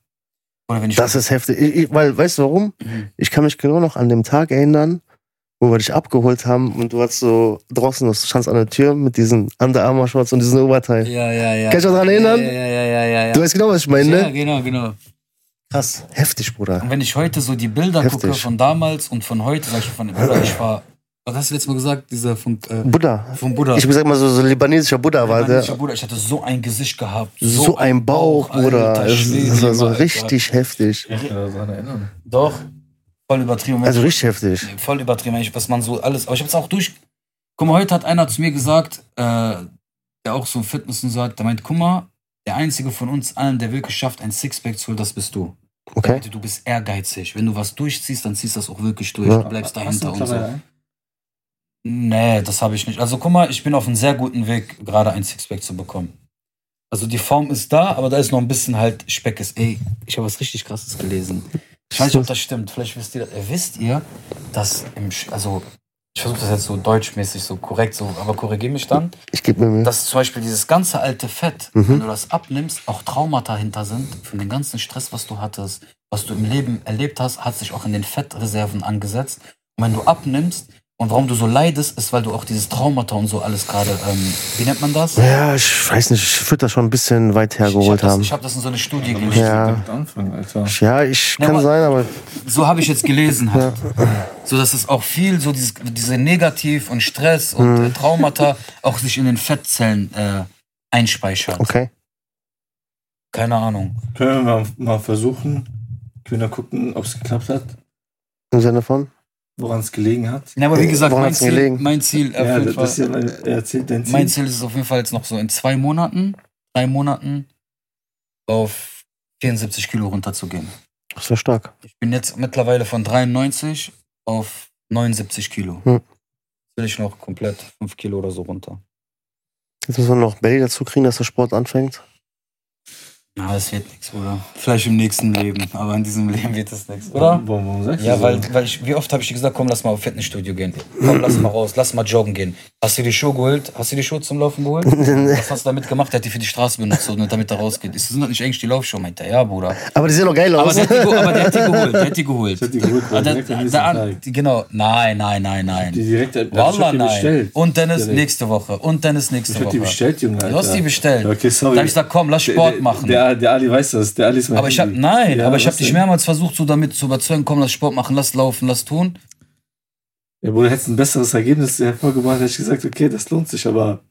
Speaker 3: Oder wenn ich
Speaker 2: das ist heftig. Ich, ich, weil, weißt du warum?
Speaker 3: Mhm.
Speaker 2: Ich kann mich genau noch an dem Tag erinnern, wo wir dich abgeholt haben und du hast so draußen, du standst an der Tür mit diesen Under Armour Shorts und diesem Oberteil.
Speaker 3: Ja, ja, ja.
Speaker 2: Kannst du dich daran erinnern?
Speaker 3: Ja, ja, ja, ja, ja. ja.
Speaker 2: Du weißt genau, was ich meine,
Speaker 3: ja,
Speaker 2: ne?
Speaker 3: genau, genau.
Speaker 2: Krass. Heftig, Bruder.
Speaker 3: Und wenn ich heute so die Bilder
Speaker 2: Heftig.
Speaker 3: gucke von damals und von heute, sag ich von Bruder, ich war. Was hast du letztes Mal gesagt? Dieser von, äh,
Speaker 2: Buddha.
Speaker 3: von Buddha.
Speaker 2: Ich sag mal so, so libanesischer Buddha war
Speaker 3: Mann,
Speaker 2: der.
Speaker 3: ich, Bruder, ich hatte so ein Gesicht gehabt.
Speaker 2: So ein Bauch, Bruder.
Speaker 3: Alter,
Speaker 2: Das
Speaker 3: Schwede,
Speaker 2: das war so
Speaker 3: Alter.
Speaker 2: richtig heftig.
Speaker 1: Ich kann mich daran erinnern.
Speaker 3: Doch. Voll übertrieben.
Speaker 2: Also richtig heftig.
Speaker 3: voll übertrieben, ich- was man so alles. Aber ich hab's auch durch. Guck mal, heute hat einer zu mir gesagt, äh, der auch so Fitness und so hat, der meint, guck mal, der einzige von uns allen, der wirklich schafft, ein Sixpack zu holen, das bist du.
Speaker 2: Okay.
Speaker 3: Du bist ehrgeizig. Wenn du was durchziehst, dann ziehst du das auch wirklich durch.
Speaker 2: Ja.
Speaker 3: Du bleibst
Speaker 1: Hast du
Speaker 3: dahinter und
Speaker 1: mittlerweile
Speaker 3: so.
Speaker 1: einen?
Speaker 3: Nee, das habe ich nicht. Also guck mal, ich bin auf einem sehr guten Weg, gerade ein Sixpack zu bekommen. Also die Form ist da, aber da ist noch ein bisschen halt Speckes. Ey, ich habe was richtig krasses gelesen. Ich weiß nicht, ob das stimmt. Vielleicht wisst ihr, das. Äh, wisst ihr, dass im Sch also ich versuche das jetzt so deutschmäßig so korrekt so, aber korrigiere mich dann,
Speaker 2: Ich geb mir Mühe.
Speaker 3: dass zum Beispiel dieses ganze alte Fett,
Speaker 2: Mhm.
Speaker 3: wenn du das abnimmst, auch Traumata hinter sind von dem ganzen Stress, was du hattest, was du im Leben erlebt hast, hat sich auch in den Fettreserven angesetzt. Und wenn du abnimmst und warum du so leidest, ist, weil du auch dieses Traumata und so alles gerade, ähm, wie nennt man das?
Speaker 2: Ja, ich weiß nicht, ich würde das schon ein bisschen weit
Speaker 3: ich habe
Speaker 2: hergeholt
Speaker 3: das,
Speaker 2: haben.
Speaker 3: ich hab das in so eine Studie gelesen.
Speaker 2: Ja.
Speaker 1: Damit anfangen, Alter.
Speaker 2: ja, ich
Speaker 3: Ja,
Speaker 2: kann
Speaker 3: aber-
Speaker 2: sein, aber
Speaker 3: So habe ich jetzt gelesen halt. So dass es auch viel, so dieses, diese Negativ und Stress und
Speaker 2: Mhm.
Speaker 3: äh, Traumata auch sich in den Fettzellen äh, einspeichert.
Speaker 2: okay.
Speaker 3: Keine Ahnung.
Speaker 1: Können wir mal, mal versuchen, können wir gucken, ob es geklappt hat,
Speaker 2: Im Sinne von?
Speaker 1: woran es gelegen hat.
Speaker 3: Ja, aber wie
Speaker 2: Äh,
Speaker 3: gesagt,
Speaker 2: woran
Speaker 3: mein
Speaker 2: hat's
Speaker 3: Ziel,
Speaker 2: gelegen?
Speaker 3: mein Ziel, auf
Speaker 1: Ja,
Speaker 3: jeden
Speaker 1: das
Speaker 3: Fall,
Speaker 1: ist ja mein, er erzählt dein Ziel.
Speaker 3: mein Ziel ist es auf jeden Fall jetzt noch so in zwei Monaten, drei Monaten auf 74 Kilo runterzugehen.
Speaker 2: Das wäre stark.
Speaker 3: Ich bin jetzt mittlerweile von 93 auf 79 Kilo.
Speaker 2: Hm.
Speaker 3: Jetzt will ich noch komplett 5 Kilo oder so runter.
Speaker 2: Jetzt müssen wir noch Belly dazu kriegen, dass der Sport anfängt.
Speaker 3: Na, das wird nichts, oder? Vielleicht im nächsten Leben, aber in diesem Leben wird es nichts, oder?
Speaker 1: Warum, warum sagst du
Speaker 3: Ja,
Speaker 1: so?
Speaker 3: weil, weil ich, wie oft habe ich dir gesagt, komm, lass mal auf Fitnessstudio gehen. Komm, lass mal raus, lass mal joggen gehen. Hast du die Schuhe geholt? Hast du die Schuhe zum Laufen geholt? Was hast du damit gemacht? Der hat die für die Straße benutzt, so, damit er rausgeht. Ist- Sind das nicht eigentlich die Laufschuhe? Meint er, ja, Bruder.
Speaker 2: Aber die sehen doch geil
Speaker 3: Aber
Speaker 2: aus.
Speaker 3: der, hat die, ge- aber der hat die geholt, der hat die geholt.
Speaker 1: Das hat die geholt,
Speaker 3: Ah,
Speaker 1: weil
Speaker 3: der,
Speaker 1: direkt am
Speaker 3: der,
Speaker 1: nächsten
Speaker 3: an-
Speaker 1: Tag.
Speaker 3: genau, nein, nein, nein,
Speaker 1: Die
Speaker 3: nein.
Speaker 1: direkt, ich
Speaker 3: Wallah,
Speaker 1: hab die
Speaker 3: nein.
Speaker 1: bestellt.
Speaker 3: Und dann ist
Speaker 1: Direkt.
Speaker 3: nächste Woche. Und dann ist nächste
Speaker 1: Ich hab die
Speaker 3: Woche.
Speaker 1: bestellt, Junge, Alter.
Speaker 3: Du hast die bestellt.
Speaker 1: Okay, sorry.
Speaker 3: Da hab ich gesagt, komm, lass Sport
Speaker 1: der,
Speaker 3: machen.
Speaker 1: Der, der Ali weiß das, der Ali ist mein
Speaker 3: aber ich habe
Speaker 1: Handy.
Speaker 3: nein,
Speaker 1: Ja,
Speaker 3: aber ich habe
Speaker 1: was
Speaker 3: dich
Speaker 1: denn?
Speaker 3: mehrmals versucht, so damit zu überzeugen, komm, lass Sport machen, lass laufen, lass tun. Oh.
Speaker 1: Ja, Bruder, hättest ein besseres Ergebnis hervorgebracht, hätte ich gesagt, okay, das lohnt sich, aber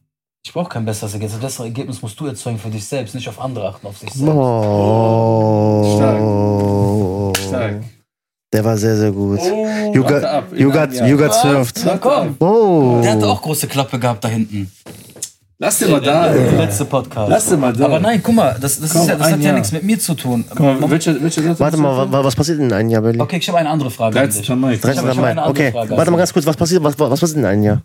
Speaker 4: Ich brauche kein besseres Ergebnis. Das bessere Ergebnis musst du erzeugen für dich selbst, nicht auf andere achten, auf sich selbst.
Speaker 2: Oh.
Speaker 1: Stark.
Speaker 2: Der war sehr, sehr gut.
Speaker 1: Oh,
Speaker 2: You got-
Speaker 1: warte ab, Ah. in
Speaker 2: You
Speaker 1: einem
Speaker 2: got,
Speaker 1: Jahr.
Speaker 2: you got served.
Speaker 4: Na komm.
Speaker 2: Oh.
Speaker 3: Der hatte auch große Klappe gehabt da hinten.
Speaker 1: Lass den mal da,
Speaker 4: Der
Speaker 1: Alter.
Speaker 4: letzte Podcast.
Speaker 1: Lass den mal da.
Speaker 4: Aber nein, guck mal, das, das,
Speaker 1: Komm,
Speaker 4: ist ja, das
Speaker 1: ein
Speaker 4: hat ja
Speaker 1: Jahr.
Speaker 4: nichts mit mir zu tun.
Speaker 1: Guck mal, welche, welche Wörter
Speaker 2: Warte
Speaker 1: hast du
Speaker 2: mal, wa- wa- was passiert in einem Jahr, Berlin?
Speaker 4: Okay, ich habe eine andere Frage. an dich.
Speaker 1: 13. Mai.
Speaker 4: Ich hab-
Speaker 2: 13.
Speaker 4: ich hab
Speaker 2: Mai.
Speaker 4: eine andere
Speaker 2: Okay,
Speaker 4: Frage.
Speaker 2: warte mal ganz kurz, was passiert, was, was passiert in einem Jahr?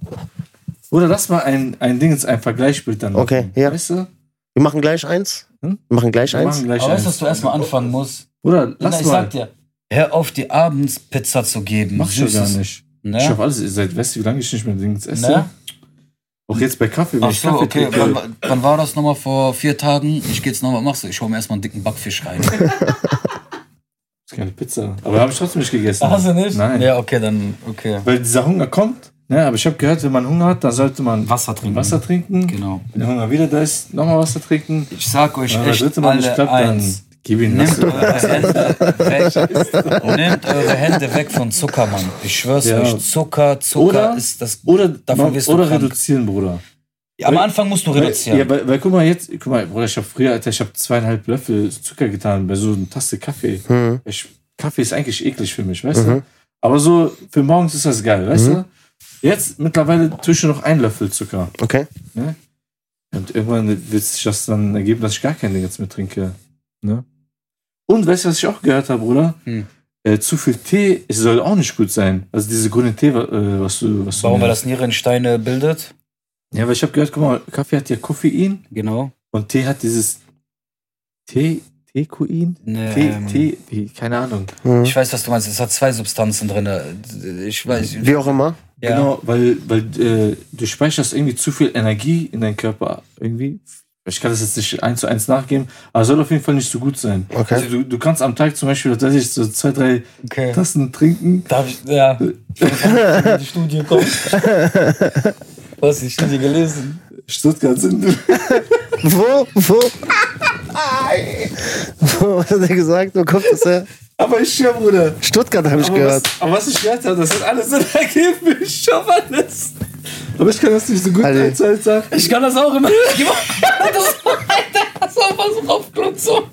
Speaker 1: Oder lass mal ein, ein Ding, ein Vergleichsbild dann.
Speaker 2: Okay,
Speaker 1: machen.
Speaker 2: ja.
Speaker 1: Weißt du?
Speaker 2: Wir machen gleich eins. Wir
Speaker 1: Hm?
Speaker 2: machen gleich
Speaker 1: Wir machen
Speaker 2: eins.
Speaker 1: gleich
Speaker 4: Aber weißt
Speaker 1: eins.
Speaker 4: du, dass du erstmal anfangen musst?
Speaker 1: Oder
Speaker 4: Na,
Speaker 1: lass
Speaker 4: ich
Speaker 1: mal.
Speaker 4: sag dir, hör auf, dir abends Pizza zu geben.
Speaker 1: Mach schon gar nicht.
Speaker 4: Ne?
Speaker 1: Ich hoffe alles, ihr seid, weißt du, wie lange ich nicht mehr Dings esse?
Speaker 4: Ne?
Speaker 1: Auch jetzt bei Kaffee, wenn
Speaker 3: Ach
Speaker 1: ich
Speaker 3: so,
Speaker 1: Kaffee
Speaker 3: okay.
Speaker 1: trinke.
Speaker 3: Wann, wann war das nochmal vor vier Tagen?
Speaker 4: Ich geh jetzt nochmal, machst du? Ich hol mir erstmal einen dicken Backfisch rein.
Speaker 1: ist keine Pizza. Aber habe ich trotzdem nicht gegessen.
Speaker 4: Hast du nicht?
Speaker 1: Nein.
Speaker 4: Ja, okay, dann, okay.
Speaker 1: Weil dieser Hunger kommt. Ne, aber ich habe gehört, wenn man Hunger hat, dann sollte man
Speaker 4: Wasser trinken.
Speaker 1: Wasser trinken.
Speaker 4: Genau.
Speaker 1: Wenn der Hunger wieder da ist, nochmal Wasser trinken.
Speaker 4: Ich sag euch
Speaker 1: Wenn der
Speaker 4: echt
Speaker 1: dritte Mal nicht
Speaker 4: alle
Speaker 1: klappt,
Speaker 4: eins.
Speaker 1: dann gib ihn.
Speaker 4: Nehmt
Speaker 1: Wasser.
Speaker 4: eure, Hände weg, nehmt eure Hände weg von Zucker, Mann. Ich schwör's
Speaker 1: Ja.
Speaker 4: euch, Zucker, Zucker
Speaker 1: Oder-
Speaker 4: ist das.
Speaker 1: Oder,
Speaker 4: Davon wirst du
Speaker 1: oder
Speaker 4: krank.
Speaker 1: reduzieren, Bruder.
Speaker 4: Ja, am Anfang musst du reduzieren.
Speaker 1: Weil, ja, weil, weil guck mal jetzt, guck mal, Bruder, ich habe früher, Alter, ich habe zweieinhalb Löffel Zucker getan bei so einer Tasse Kaffee.
Speaker 2: Hm.
Speaker 1: Ich, Kaffee ist eigentlich eklig für mich, weißt du? Aber so für morgens ist das geil, weißt du? Jetzt mittlerweile tue ich nur noch einen Löffel Zucker.
Speaker 2: Okay.
Speaker 1: Und irgendwann wird sich das dann ergeben, dass ich gar kein Ding jetzt mehr trinke. Ne? Und weißt du, was ich auch gehört habe, Bruder?
Speaker 3: Hm.
Speaker 1: Äh, zu viel Tee es soll auch nicht gut sein. Also diese grüne Tee, wa- äh, was du. Was
Speaker 3: Warum?
Speaker 1: du
Speaker 3: Weil das Nierensteine bildet.
Speaker 1: Ja, weil ich habe gehört, guck mal, Kaffee hat ja Koffein
Speaker 3: Genau.
Speaker 1: und Tee hat dieses Tee, Teekuin?
Speaker 3: Ne,
Speaker 1: Tee,
Speaker 3: ähm,
Speaker 1: Tee, wie, keine Ahnung.
Speaker 2: Hm.
Speaker 3: Ich weiß, was du meinst. Es hat zwei Substanzen drin. Ich weiß.
Speaker 2: Wie auch immer.
Speaker 3: Ja.
Speaker 1: Genau, weil, weil äh, du speicherst irgendwie zu viel Energie in deinen Körper. Irgendwie. Ich kann das jetzt nicht eins zu eins nachgeben, aber soll auf jeden Fall nicht so gut sein.
Speaker 2: Okay.
Speaker 1: Also du, du kannst am Tag zum Beispiel tatsächlich so zwei, drei
Speaker 3: Okay.
Speaker 1: Tassen trinken.
Speaker 4: Darf ich, ja. die Studie kommt. Was, die Studie gelesen?
Speaker 1: Stuttgart sind.
Speaker 2: Wo? Wo? Wo hat er gesagt? Wo kommt das her?
Speaker 1: aber ich schwör, Bruder.
Speaker 2: Stuttgart habe ich
Speaker 1: Aber was,
Speaker 2: gehört.
Speaker 1: aber was ich gehört habe, das hat alles Sinn ergeben. Ich schaffe alles. Aber ich kann das nicht so gut
Speaker 2: Alter.
Speaker 1: als, als, als
Speaker 4: Ich kann das auch immer. Ich kann das, das war einfach so draufgeklopft, so.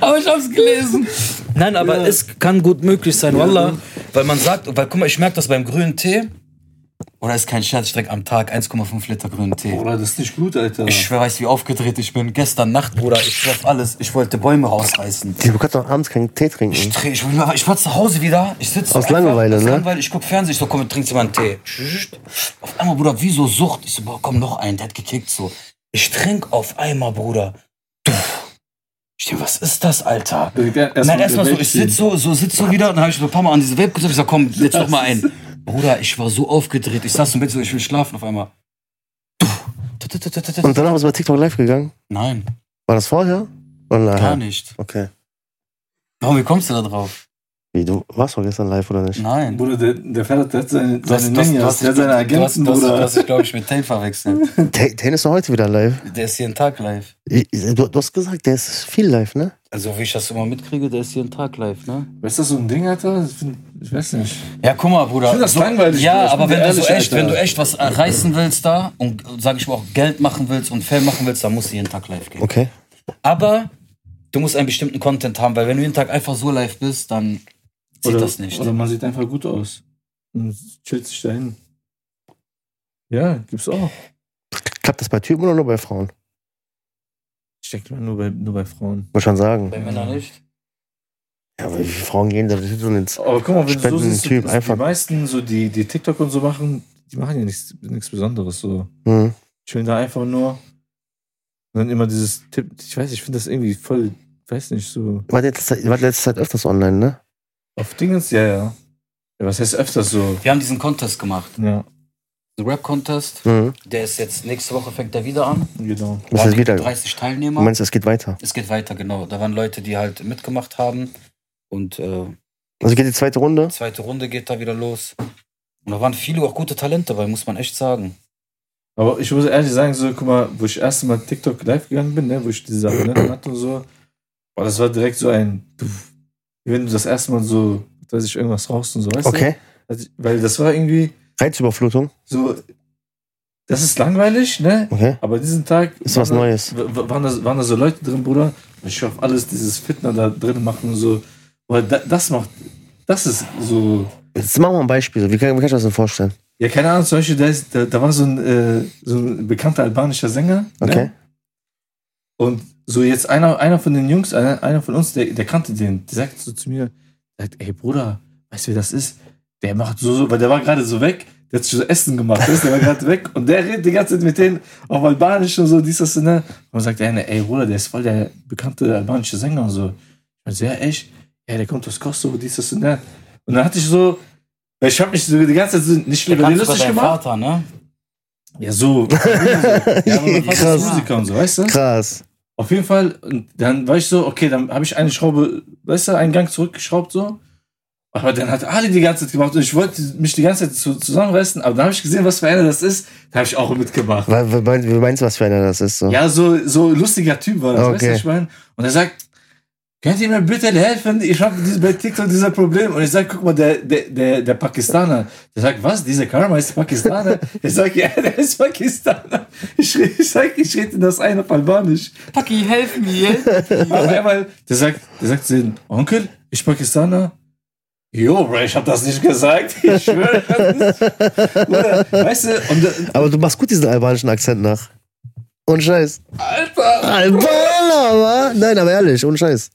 Speaker 4: Aber ich hab's gelesen.
Speaker 3: Nein, aber es kann gut möglich sein, Wallah. Weil man sagt, weil guck mal, ich merke das beim grünen Tee. Oder ist kein Scherz, ich trinke am Tag 1,5 Liter grünen Tee.
Speaker 1: Bruder, das ist nicht gut, Alter.
Speaker 3: Ich schwör, weiß, wie aufgedreht ich bin. Gestern Nacht, Bruder, ich schwör auf alles. Ich wollte Bäume rausreißen.
Speaker 2: Du kannst doch abends keinen Tee trinken.
Speaker 3: Ich, dreh, ich, will- ich war zu Hause wieder. Ich sitze
Speaker 2: Aus Langeweile,
Speaker 3: aus
Speaker 2: ne?
Speaker 3: Langeweile, ich guck Fernsehen. Ich so, komm, trinkst du mal einen Tee. Schüscht. Auf einmal, Bruder, wie so Sucht. Ich so, boah, komm, noch einen. Der hat gekickt so. Ich trink auf einmal, Bruder. Duff. Ich denk, was ist das, Alter? Nein, erstmal so, ich sitz so, so sitz so wieder, dann habe ich so ein paar Mal an diese Vape gesetzt, ich sag, komm, jetzt noch mal ein. Bruder, ich war so aufgedreht, ich saß im Bett so, ich will schlafen auf einmal. Tuff. Tut, tut, tut, tut, tut.
Speaker 2: Und danach ist bei TikTok live gegangen.
Speaker 3: Nein,
Speaker 2: War das vorher? Oder
Speaker 3: gar
Speaker 2: nachher?
Speaker 3: nicht.
Speaker 2: Okay.
Speaker 3: Warum, wie kommst du da drauf?
Speaker 2: Wie, du warst doch gestern live, oder nicht?
Speaker 3: Nein.
Speaker 1: Bruder, der, der Pferd hat seine,
Speaker 3: Du hast-
Speaker 1: seine
Speaker 3: du hast-
Speaker 1: Ninjas,
Speaker 3: du hast-
Speaker 1: der hat seine
Speaker 3: du hast-
Speaker 1: Agenten,
Speaker 3: du hast- Du
Speaker 1: Bruder.
Speaker 3: hast, glaube ich, mit Tate verwechselt.
Speaker 2: Ta- Tane ist doch heute wieder live.
Speaker 3: Der ist jeden Tag live.
Speaker 2: Ich- Du, du hast gesagt, der ist viel live, ne?
Speaker 3: Also, wie ich das immer mitkriege, der ist jeden Tag live, ne?
Speaker 1: weißt du, so ein Ding, Alter? Ich, find, ich weiß nicht.
Speaker 3: Ja, guck mal, Bruder.
Speaker 1: Ich find das langweilig, Bruder.
Speaker 3: Ja,
Speaker 1: Ich
Speaker 3: aber
Speaker 1: bin
Speaker 3: wenn
Speaker 1: dir
Speaker 3: du, so
Speaker 1: ehrlich,
Speaker 3: echt,
Speaker 1: Alter.
Speaker 3: wenn du echt was reißen willst da und, sag ich mal, auch Geld machen willst und Fame machen willst, dann musst du jeden Tag live gehen.
Speaker 2: Okay.
Speaker 3: Aber du musst einen bestimmten Content haben, weil wenn du jeden Tag einfach so live bist, dann sieht
Speaker 1: oder,
Speaker 3: das nicht.
Speaker 1: Oder man sieht einfach gut aus. Und chillt sich dahin. Ja, gibt's auch.
Speaker 2: Klappt das bei Typen oder nur bei Frauen?
Speaker 1: Ich denke mal nur bei, nur bei Frauen.
Speaker 2: Muss schon sagen.
Speaker 3: Bei Männern nicht.
Speaker 2: Ja, aber wie viele Frauen gehen da so ins.
Speaker 1: Aber guck mal, wenn du so
Speaker 2: Spenden den
Speaker 1: siehst,
Speaker 2: Typ
Speaker 1: die,
Speaker 2: einfach.
Speaker 1: die meisten, so die, die TikTok und so machen, die machen ja nichts, nichts Besonderes. So.
Speaker 2: Hm.
Speaker 1: chillen da einfach nur. Und dann immer dieses Tipp. Ich weiß, ich finde das irgendwie voll, weiß nicht, so.
Speaker 2: War letzte, Zeit, war letzte Zeit öfters online, ne?
Speaker 1: Auf Dingens, ja, ja. ja was heißt öfters so?
Speaker 3: Wir haben diesen Contest gemacht.
Speaker 1: Ja,
Speaker 3: Den Rap-Contest.
Speaker 2: Hm.
Speaker 3: Der ist jetzt, nächste Woche fängt der wieder an.
Speaker 1: genau.
Speaker 2: Das
Speaker 3: Waren
Speaker 2: ist wieder. Du
Speaker 3: 30 Teilnehmer.
Speaker 2: meinst, es geht weiter?
Speaker 3: es geht weiter, genau. Da waren Leute, die halt mitgemacht haben. Und äh,
Speaker 2: Also geht die zweite Runde?
Speaker 3: zweite Runde geht da wieder los. Und da waren viele auch gute Talente bei, muss man echt sagen.
Speaker 1: Aber ich muss ehrlich sagen, so, guck mal, wo ich das erste Mal TikTok live gegangen bin, ne, wo ich diese Abonnenten hatte und so, boah, das war direkt so ein, Duff. Wie wenn du das erste Mal so, dass ich irgendwas rauchst und so, weißt
Speaker 2: Okay.
Speaker 1: du? Also, Weil das war irgendwie
Speaker 2: Reizüberflutung.
Speaker 1: so, Das ist langweilig, ne?
Speaker 2: Okay.
Speaker 1: Aber diesen Tag
Speaker 2: Ist was
Speaker 1: waren da-
Speaker 2: Neues.
Speaker 1: w- w- waren, da, waren da so Leute drin, Bruder. Ich hoffe, alles dieses Fitner da drin machen und so. Weil da, das macht, das ist so
Speaker 2: Jetzt machen wir ein Beispiel. so. Wie kann, wie kann ich das denn vorstellen?
Speaker 1: Ja, keine Ahnung, zum Beispiel, da, ist, da, da war so ein, äh, so ein bekannter albanischer Sänger.
Speaker 2: Okay.
Speaker 1: Ne? Und so jetzt einer, einer von den Jungs, einer, einer von uns, der, der kannte den, der sagt so zu mir, sagt, ey Bruder, weißt du, wer das ist? Der macht so, so weil der war gerade so weg, der hat sich so Essen gemacht, weißt, du, der war gerade weg und der redet die ganze Zeit mit denen auf Albanisch und so, dies, das, und ne? Und man sagt, einer, ey Bruder, der ist voll der bekannte albanische Sänger und so. Ich so, ja, echt? Ja, der kommt aus Kosovo, dies, das, und ne? Und dann hatte ich so, weil ich habe mich so die ganze Zeit so nicht über den
Speaker 3: kannst du
Speaker 1: lustig
Speaker 3: deinem
Speaker 1: gemacht.
Speaker 3: Vater, ne?
Speaker 1: Ja, so. ja, aber man
Speaker 2: Krass.
Speaker 1: Krass. Musiker und so, weißt du?
Speaker 2: Krass.
Speaker 1: Auf jeden Fall, und dann war ich so, okay, dann habe ich eine Schraube, weißt du, einen Gang zurückgeschraubt so. Aber dann hat Ali die ganze Zeit gemacht und ich wollte mich die ganze Zeit zu, zusammenreißen, aber dann habe ich gesehen, was für einer das ist, da habe ich auch mitgemacht.
Speaker 2: Weil, weil, mein- wie meinst du, was für einer das ist? So?
Speaker 1: Ja, so, so lustiger Typ war das, weißt du,
Speaker 2: Okay.
Speaker 1: ich meine? Und er sagt, könnt ihr mir bitte helfen? Ich habe dieses- bei TikTok dieser Problem. Und ich sage, guck mal, der, der, der, der Pakistaner. Der sagt, was? Dieser Karma ist Pakistaner? ich sage, ja, der ist Pakistaner. Ich, re- ich sage, ich rede das ein auf Albanisch.
Speaker 4: Paki, helf mir.
Speaker 1: Auf einmal, der sagt, der sagt zu denen, Onkel, ich Pakistaner. Jo, Bro, ich hab das nicht gesagt. Ich schwöre, ich hab das nicht. Bruder, Weißt du, und, da-
Speaker 2: Aber du machst gut diesen albanischen Akzent nach. Und Scheiß.
Speaker 4: Alter.
Speaker 2: Albaner, wa? Nein, aber ehrlich, und Scheiß.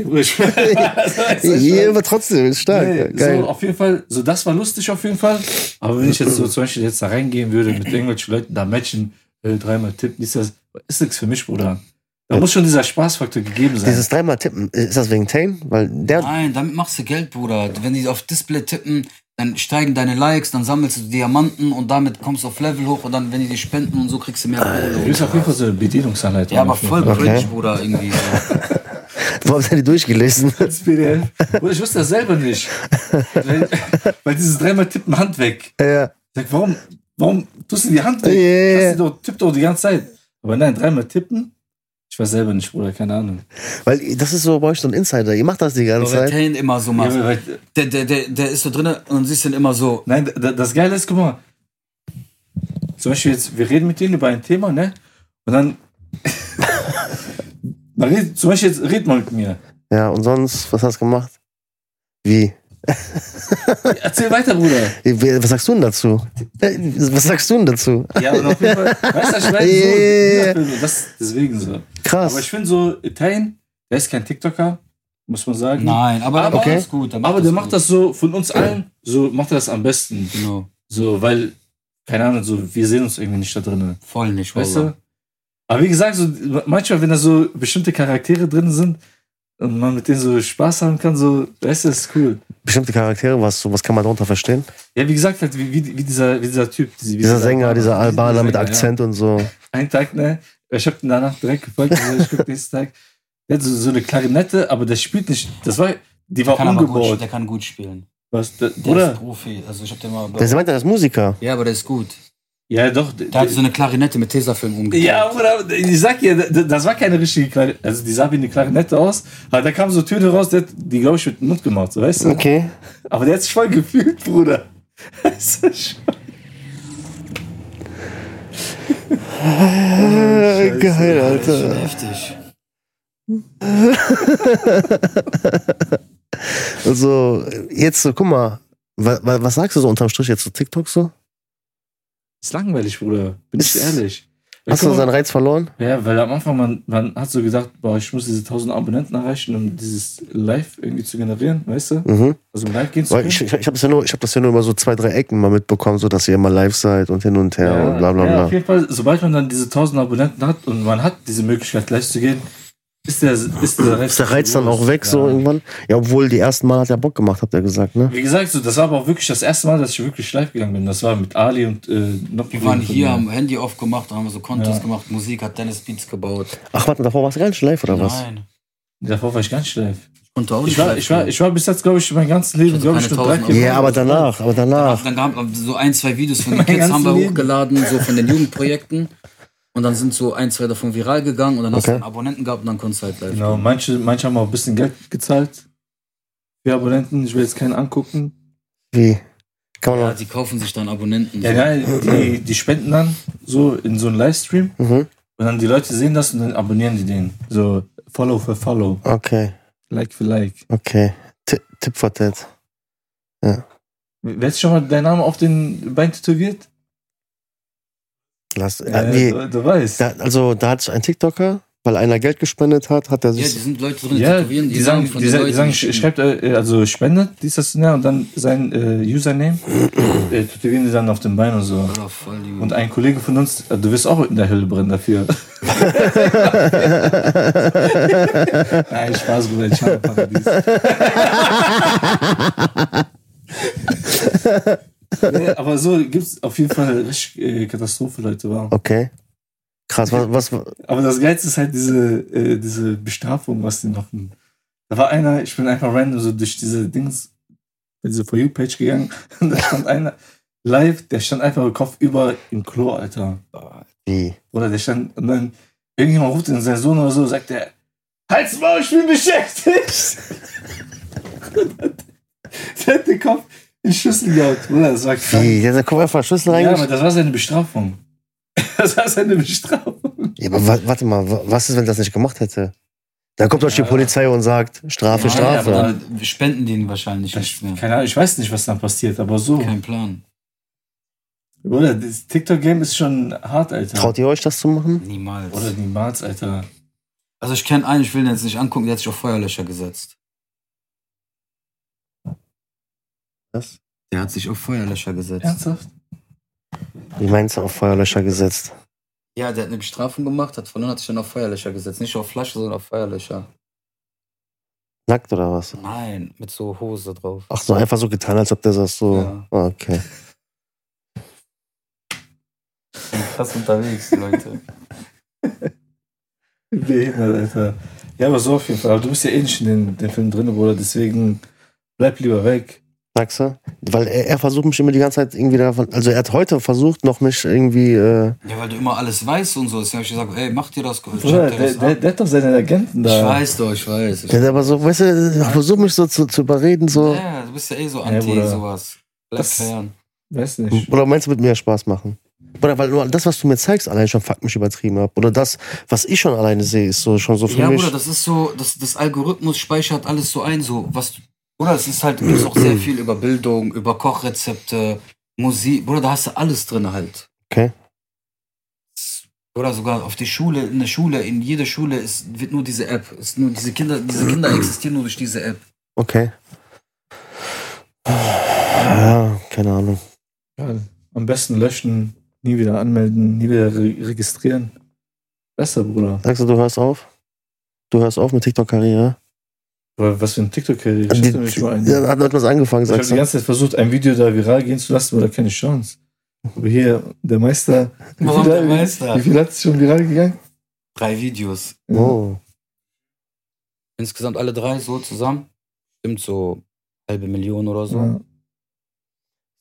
Speaker 1: Bruder, ich also, schwöre, das ist
Speaker 2: Ja, aber trotzdem, ist stark.
Speaker 1: Nee,
Speaker 2: Geil.
Speaker 1: So, auf jeden Fall, so das war lustig auf jeden Fall. Aber wenn ich jetzt so zum Beispiel jetzt da reingehen würde mit irgendwelchen Leuten, da matchen, äh, dreimal tippen, ist das, ist nichts für mich, Bruder. Da muss schon dieser Spaßfaktor gegeben sein.
Speaker 2: Dieses dreimal tippen, ist das wegen Tane? Weil der.
Speaker 3: Nein, damit machst du Geld, Bruder. Wenn die auf Display tippen, dann steigen deine Likes, dann sammelst du Diamanten und damit kommst du auf Level hoch und dann, wenn die dir spenden und so, kriegst du mehr
Speaker 1: du
Speaker 3: Kohle.
Speaker 1: bist auf jeden Fall so eine Bedienungsanleitung.
Speaker 3: Ja, aber voll
Speaker 2: Okay.
Speaker 3: cringe, Bruder, irgendwie.
Speaker 2: Wo haben sie die durchgelesen?
Speaker 1: Das PDF. Bruder, ich wusste das selber nicht. weil, weil dieses dreimal tippen Hand weg.
Speaker 2: ja.
Speaker 1: Sag, warum, warum tust du die Hand weg?
Speaker 2: Ja.
Speaker 1: Lass die Doch, tipp doch die ganze Zeit. Aber nein, dreimal tippen? Ich weiß selber nicht, Bruder, keine Ahnung.
Speaker 2: Weil das ist so bei euch so ein Insider. Ihr macht das die ganze
Speaker 3: Wenn
Speaker 2: Zeit.
Speaker 3: Tane immer so
Speaker 1: Ja,
Speaker 3: macht.
Speaker 1: aber-
Speaker 3: Der, der, der, der ist so drinne und siehst dann immer so.
Speaker 1: Nein, da- das Geile ist, guck mal, zum Beispiel jetzt, wir reden mit denen über ein Thema, ne? Und dann, dann redet, zum Beispiel jetzt redet man mit mir.
Speaker 2: Ja, und sonst, was hast du gemacht? Wie?
Speaker 1: Erzähl weiter, Bruder.
Speaker 2: Äh, wer- Was sagst du denn dazu? Äh, Was sagst du denn dazu?
Speaker 1: Ja, und auf jeden Fall, weißt du, ich meine,
Speaker 2: Ja, ja, ja.
Speaker 1: so, dieser Film, das, deswegen so. Aber ich
Speaker 2: Krass.
Speaker 1: finde so, Tain, der ist kein TikToker, muss man sagen.
Speaker 3: Nein, aber,
Speaker 1: Aber-
Speaker 3: aber
Speaker 2: Okay.
Speaker 3: ist gut.
Speaker 1: Aber der macht
Speaker 3: gut.
Speaker 1: das so, von uns allen, so macht er das am besten.
Speaker 3: Genau.
Speaker 1: So, weil, keine Ahnung, so, wir sehen uns irgendwie nicht da drinnen.
Speaker 3: Voll nicht,
Speaker 1: Weißt
Speaker 3: Wallah.
Speaker 1: du? Aber wie gesagt, so, manchmal, wenn da so bestimmte Charaktere drin sind und man mit denen so Spaß haben kann, so, weißt du, das ist cool.
Speaker 2: Bestimmte Charaktere, was, so, was kann man darunter verstehen?
Speaker 1: Ja, wie gesagt, halt, wie, wie, wie, dieser, wie dieser Typ. Diese, wie
Speaker 2: Dieser Sänger, dieser Albaner mit
Speaker 1: Sänger,
Speaker 2: Akzent und so.
Speaker 1: Ja. Einen Tag, ne? Ich hab ihn danach direkt gefolgt, also ich guck nächsten Tag. Der hat so, so eine Klarinette, aber der spielt nicht. Das war, die war
Speaker 3: Der kann aber gut,
Speaker 1: umgebaut.
Speaker 3: der kann gut spielen.
Speaker 1: Was, der,
Speaker 3: Der ist
Speaker 1: Bruder?
Speaker 3: Profi. Also ich hab den mal.
Speaker 2: Der meint, er ist Musiker.
Speaker 3: Ja, aber der ist gut.
Speaker 1: Ja, doch. der-
Speaker 3: Der hat so eine Klarinette mit Tesafilm umgedreht.
Speaker 1: Ja, Bruder, ich sag ja, d- das war keine richtige Klarinette. Also, die sah wie eine Klarinette aus, aber da kamen so Töne raus, der hat die, glaube ich, mit dem Mund gemacht, so, weißt du?
Speaker 2: Okay.
Speaker 1: Aber der hat sich voll gefühlt, Bruder. Das ist schon- Oh,
Speaker 2: Äh, geil, Alter.
Speaker 3: Heftig.
Speaker 2: Also, jetzt so, guck mal. Was, was sagst du so unterm Strich jetzt zu TikTok so?
Speaker 1: ist langweilig, Bruder. Bin ich
Speaker 2: Ist-
Speaker 1: ehrlich. Weil,
Speaker 2: Hast du
Speaker 1: guck mal-
Speaker 2: seinen Reiz verloren?
Speaker 1: ja, weil am Anfang, man, man hat so gedacht, boah, ich muss diese 1000 Abonnenten erreichen, um dieses Live irgendwie zu generieren, weißt du?
Speaker 2: Mhm.
Speaker 1: Also, um live gehen zu
Speaker 2: Weil
Speaker 1: können.
Speaker 2: ich ich, ich habe das, ja nur- ich hab das ja nur über so zwei, drei Ecken mal mitbekommen, so dass ihr immer live seid und hin und her und bla bla
Speaker 1: ja,
Speaker 2: bla.
Speaker 1: auf jeden Fall, sobald man dann diese 1000 Abonnenten hat und man hat diese Möglichkeit, live zu gehen, ist der, ist der Reiz,
Speaker 2: Ist der Reiz dann auch weg,
Speaker 1: Ja.
Speaker 2: so irgendwann? Ja, obwohl die ersten Mal hat er Bock gemacht, habt ihr gesagt, ne?
Speaker 1: Wie gesagt, so, das war aber auch wirklich das erste Mal, dass ich wirklich live gegangen bin. Das war mit Ali und äh, noch
Speaker 3: Wir waren hier, haben Handy aufgemacht, haben so Contests gemacht, Musik hat Dennis Beats gebaut.
Speaker 2: Ach, warte, davor warst du gar nicht live, oder was?
Speaker 3: Nein.
Speaker 1: Davor war ich ganz live.
Speaker 3: Und auch
Speaker 1: Ich war, ich war, ich war bis jetzt, glaube ich, mein ganzes Leben,
Speaker 3: hatte
Speaker 1: glaube
Speaker 3: keine
Speaker 1: ich, nur drei,
Speaker 3: 1000
Speaker 1: vier
Speaker 2: Ja,
Speaker 1: Mal
Speaker 2: aber
Speaker 1: auf live.
Speaker 2: danach, aber danach.
Speaker 3: Dann gab es so ein, zwei Videos von den Kids,
Speaker 1: ganzes
Speaker 3: haben wir
Speaker 1: Leben.
Speaker 3: hochgeladen, so von den Jugendprojekten. Und dann sind so ein, zwei davon viral gegangen und dann hast du
Speaker 2: Okay.
Speaker 3: einen Abonnenten gehabt und dann konntest du halt live.
Speaker 1: Genau, manche, manche haben auch ein bisschen Geld gezahlt. Für Abonnenten, ich will jetzt keinen angucken.
Speaker 2: Wie? Kann man
Speaker 3: Ja,
Speaker 2: auch.
Speaker 3: die kaufen sich dann Abonnenten.
Speaker 1: Ja,
Speaker 3: so.
Speaker 1: nein, die, die spenden dann so in so einem Livestream
Speaker 2: Mhm.
Speaker 1: und dann die Leute sehen das und dann abonnieren die den. So Follow für Follow,
Speaker 2: Okay,
Speaker 1: Like für Like.
Speaker 2: okay. Ti- Tipp for Ted.
Speaker 1: Wer ist schon mal dein Name auf den Bein tätowiert?
Speaker 2: Lass, äh,
Speaker 1: Äh,
Speaker 2: nee,
Speaker 1: du, du weißt.
Speaker 2: da, also da hat sich ein TikToker, weil einer Geld gespendet hat, hat er
Speaker 3: Ja, die
Speaker 2: sich.
Speaker 3: sind Leute drin,
Speaker 1: ja,
Speaker 3: tätowieren
Speaker 1: die
Speaker 3: die
Speaker 1: sagen,
Speaker 3: Namen von
Speaker 1: die,
Speaker 3: den
Speaker 1: sa- die
Speaker 3: Leuten.
Speaker 1: sagen, sch- schreibt, äh, also spendet dies, das, ja, und dann sein äh, Username äh, tätowieren die dann auf den Bein und so.
Speaker 3: Oder voll die-
Speaker 1: Und ein Kollege von uns, äh, du wirst auch in der Hölle brennen dafür. Nein, Spaß, Bruder, ich habe Paradies. nee, aber so gibt's auf jeden Fall richtig, äh, Katastrophe, Leute. Wow.
Speaker 2: okay. Krass, was, was
Speaker 1: Aber das Geilste ist halt diese, äh, diese Bestrafung, was die machen. Da war einer, ich bin einfach random so durch diese Dings, diese For You-Page gegangen und da stand einer live, der stand einfach Kopf über im Klo, Alter.
Speaker 2: wie?
Speaker 1: Oder der stand und dann irgendjemand ruft in seinen Sohn oder so, sagt er, halt's Maul, ich bin beschäftigt. der hat den Kopf in den Schüssel gehabt, Bruder, das war krank.
Speaker 2: Wie? Der hat einfach einen Schlüssel
Speaker 1: Ja, aber
Speaker 2: reingeschmissen.
Speaker 1: das war seine Bestrafung. Das war seine Bestrafung.
Speaker 2: Ja, aber wa- warte mal, wa- was ist, wenn das nicht gemacht hätte? Da kommt doch die
Speaker 1: Ja.
Speaker 2: Polizei und sagt, Strafe,
Speaker 3: Nein,
Speaker 2: Strafe.
Speaker 3: aber dann spenden denen wahrscheinlich nichts mehr.
Speaker 1: Keine Ahnung, ich weiß nicht, was dann passiert, aber so.
Speaker 3: Kein Plan.
Speaker 1: Bruder, das TikTok-Game ist schon hart, Alter.
Speaker 2: Traut ihr euch das zu machen?
Speaker 3: Niemals.
Speaker 1: Oder niemals, Alter.
Speaker 3: Also ich kenne einen, ich will den jetzt nicht angucken, der hat sich auf Feuerlöscher gesetzt.
Speaker 2: Was?
Speaker 3: Der hat sich auf Feuerlöscher gesetzt.
Speaker 1: Ernsthaft?
Speaker 2: Wie meinst du auf Feuerlöscher gesetzt?
Speaker 3: Ja, der hat eine Bestrafung gemacht, hat verloren, hat sich dann auf Feuerlöcher gesetzt. Nicht auf Flasche, sondern auf Feuerlöscher.
Speaker 2: Nackt oder was?
Speaker 3: Nein, mit so Hose drauf.
Speaker 2: Ach so, einfach so getan, als ob der das so.
Speaker 3: Ja.
Speaker 2: Ah, Okay.
Speaker 3: Krass unterwegs, Leute.
Speaker 1: Behindert, Alter. Ja, aber so auf jeden Fall. Aber du bist ja eh nicht in den, den Film drin, Bruder, deswegen bleib lieber weg.
Speaker 2: Sagst du? Weil er, er versucht mich immer die ganze Zeit irgendwie davon. Also er hat heute versucht, noch mich irgendwie. Äh,
Speaker 3: Ja, weil du immer alles weißt und so. Deswegen habe ich gesagt, ey, mach dir das, checkt
Speaker 1: Bruder,
Speaker 3: dir
Speaker 1: der,
Speaker 3: das
Speaker 1: der,
Speaker 3: ab.
Speaker 1: der hat doch seine Agenten
Speaker 3: ne? Ich
Speaker 1: da.
Speaker 3: weiß doch, ich weiß. Ich
Speaker 2: der hat aber so, weißt du, er versucht mich so zu, zu überreden, so.
Speaker 3: Ja, du bist ja eh so
Speaker 1: Ja,
Speaker 3: anti
Speaker 1: Bruder.
Speaker 3: sowas. Bleib
Speaker 1: Das-
Speaker 3: fern.
Speaker 1: Weiß nicht.
Speaker 3: Hm.
Speaker 2: Oder meinst du, wird mir Spaß machen? Oder weil nur das, was du mir zeigst, allein schon fuck mich übertrieben hab. Oder das, was ich schon alleine sehe, ist so schon so für
Speaker 3: Ja,
Speaker 2: mich.
Speaker 3: Bruder, das ist so, das, das Algorithmus speichert alles so ein, so was. Bruder, es ist halt gibt's auch sehr viel über Bildung, über Kochrezepte, Musik. Bruder, da hast du alles drin halt.
Speaker 2: Okay.
Speaker 3: Oder sogar auf die Schule, in der Schule, in jeder Schule ist, wird nur diese App. Ist nur diese Kinder, diese Kinder existieren nur durch diese App.
Speaker 2: okay. Ja, keine Ahnung.
Speaker 1: Egal. Am besten löschen, nie wieder anmelden, nie wieder re registrieren. Besser, Bruder.
Speaker 2: Sagst du, du hörst auf? Du hörst auf mit TikTok-Karriere?
Speaker 1: Aber was für ein TikTok-Karriere. Ich
Speaker 2: Die-
Speaker 1: hatte nicht mal einen.
Speaker 2: Ja, hat etwas angefangen,
Speaker 1: Ich habe
Speaker 2: sagst
Speaker 1: die
Speaker 2: du.
Speaker 1: ganze Zeit versucht, ein Video da viral gehen zu lassen, aber da keine Chance. Aber hier, der Meister. Wie
Speaker 3: Warum
Speaker 1: viel-
Speaker 3: der Meister?
Speaker 1: Wie viel hat es schon viral gegangen?
Speaker 3: Drei Videos.
Speaker 2: Oh.
Speaker 3: Insgesamt alle drei so zusammen. Stimmt so halbe Million oder so.
Speaker 1: Ja.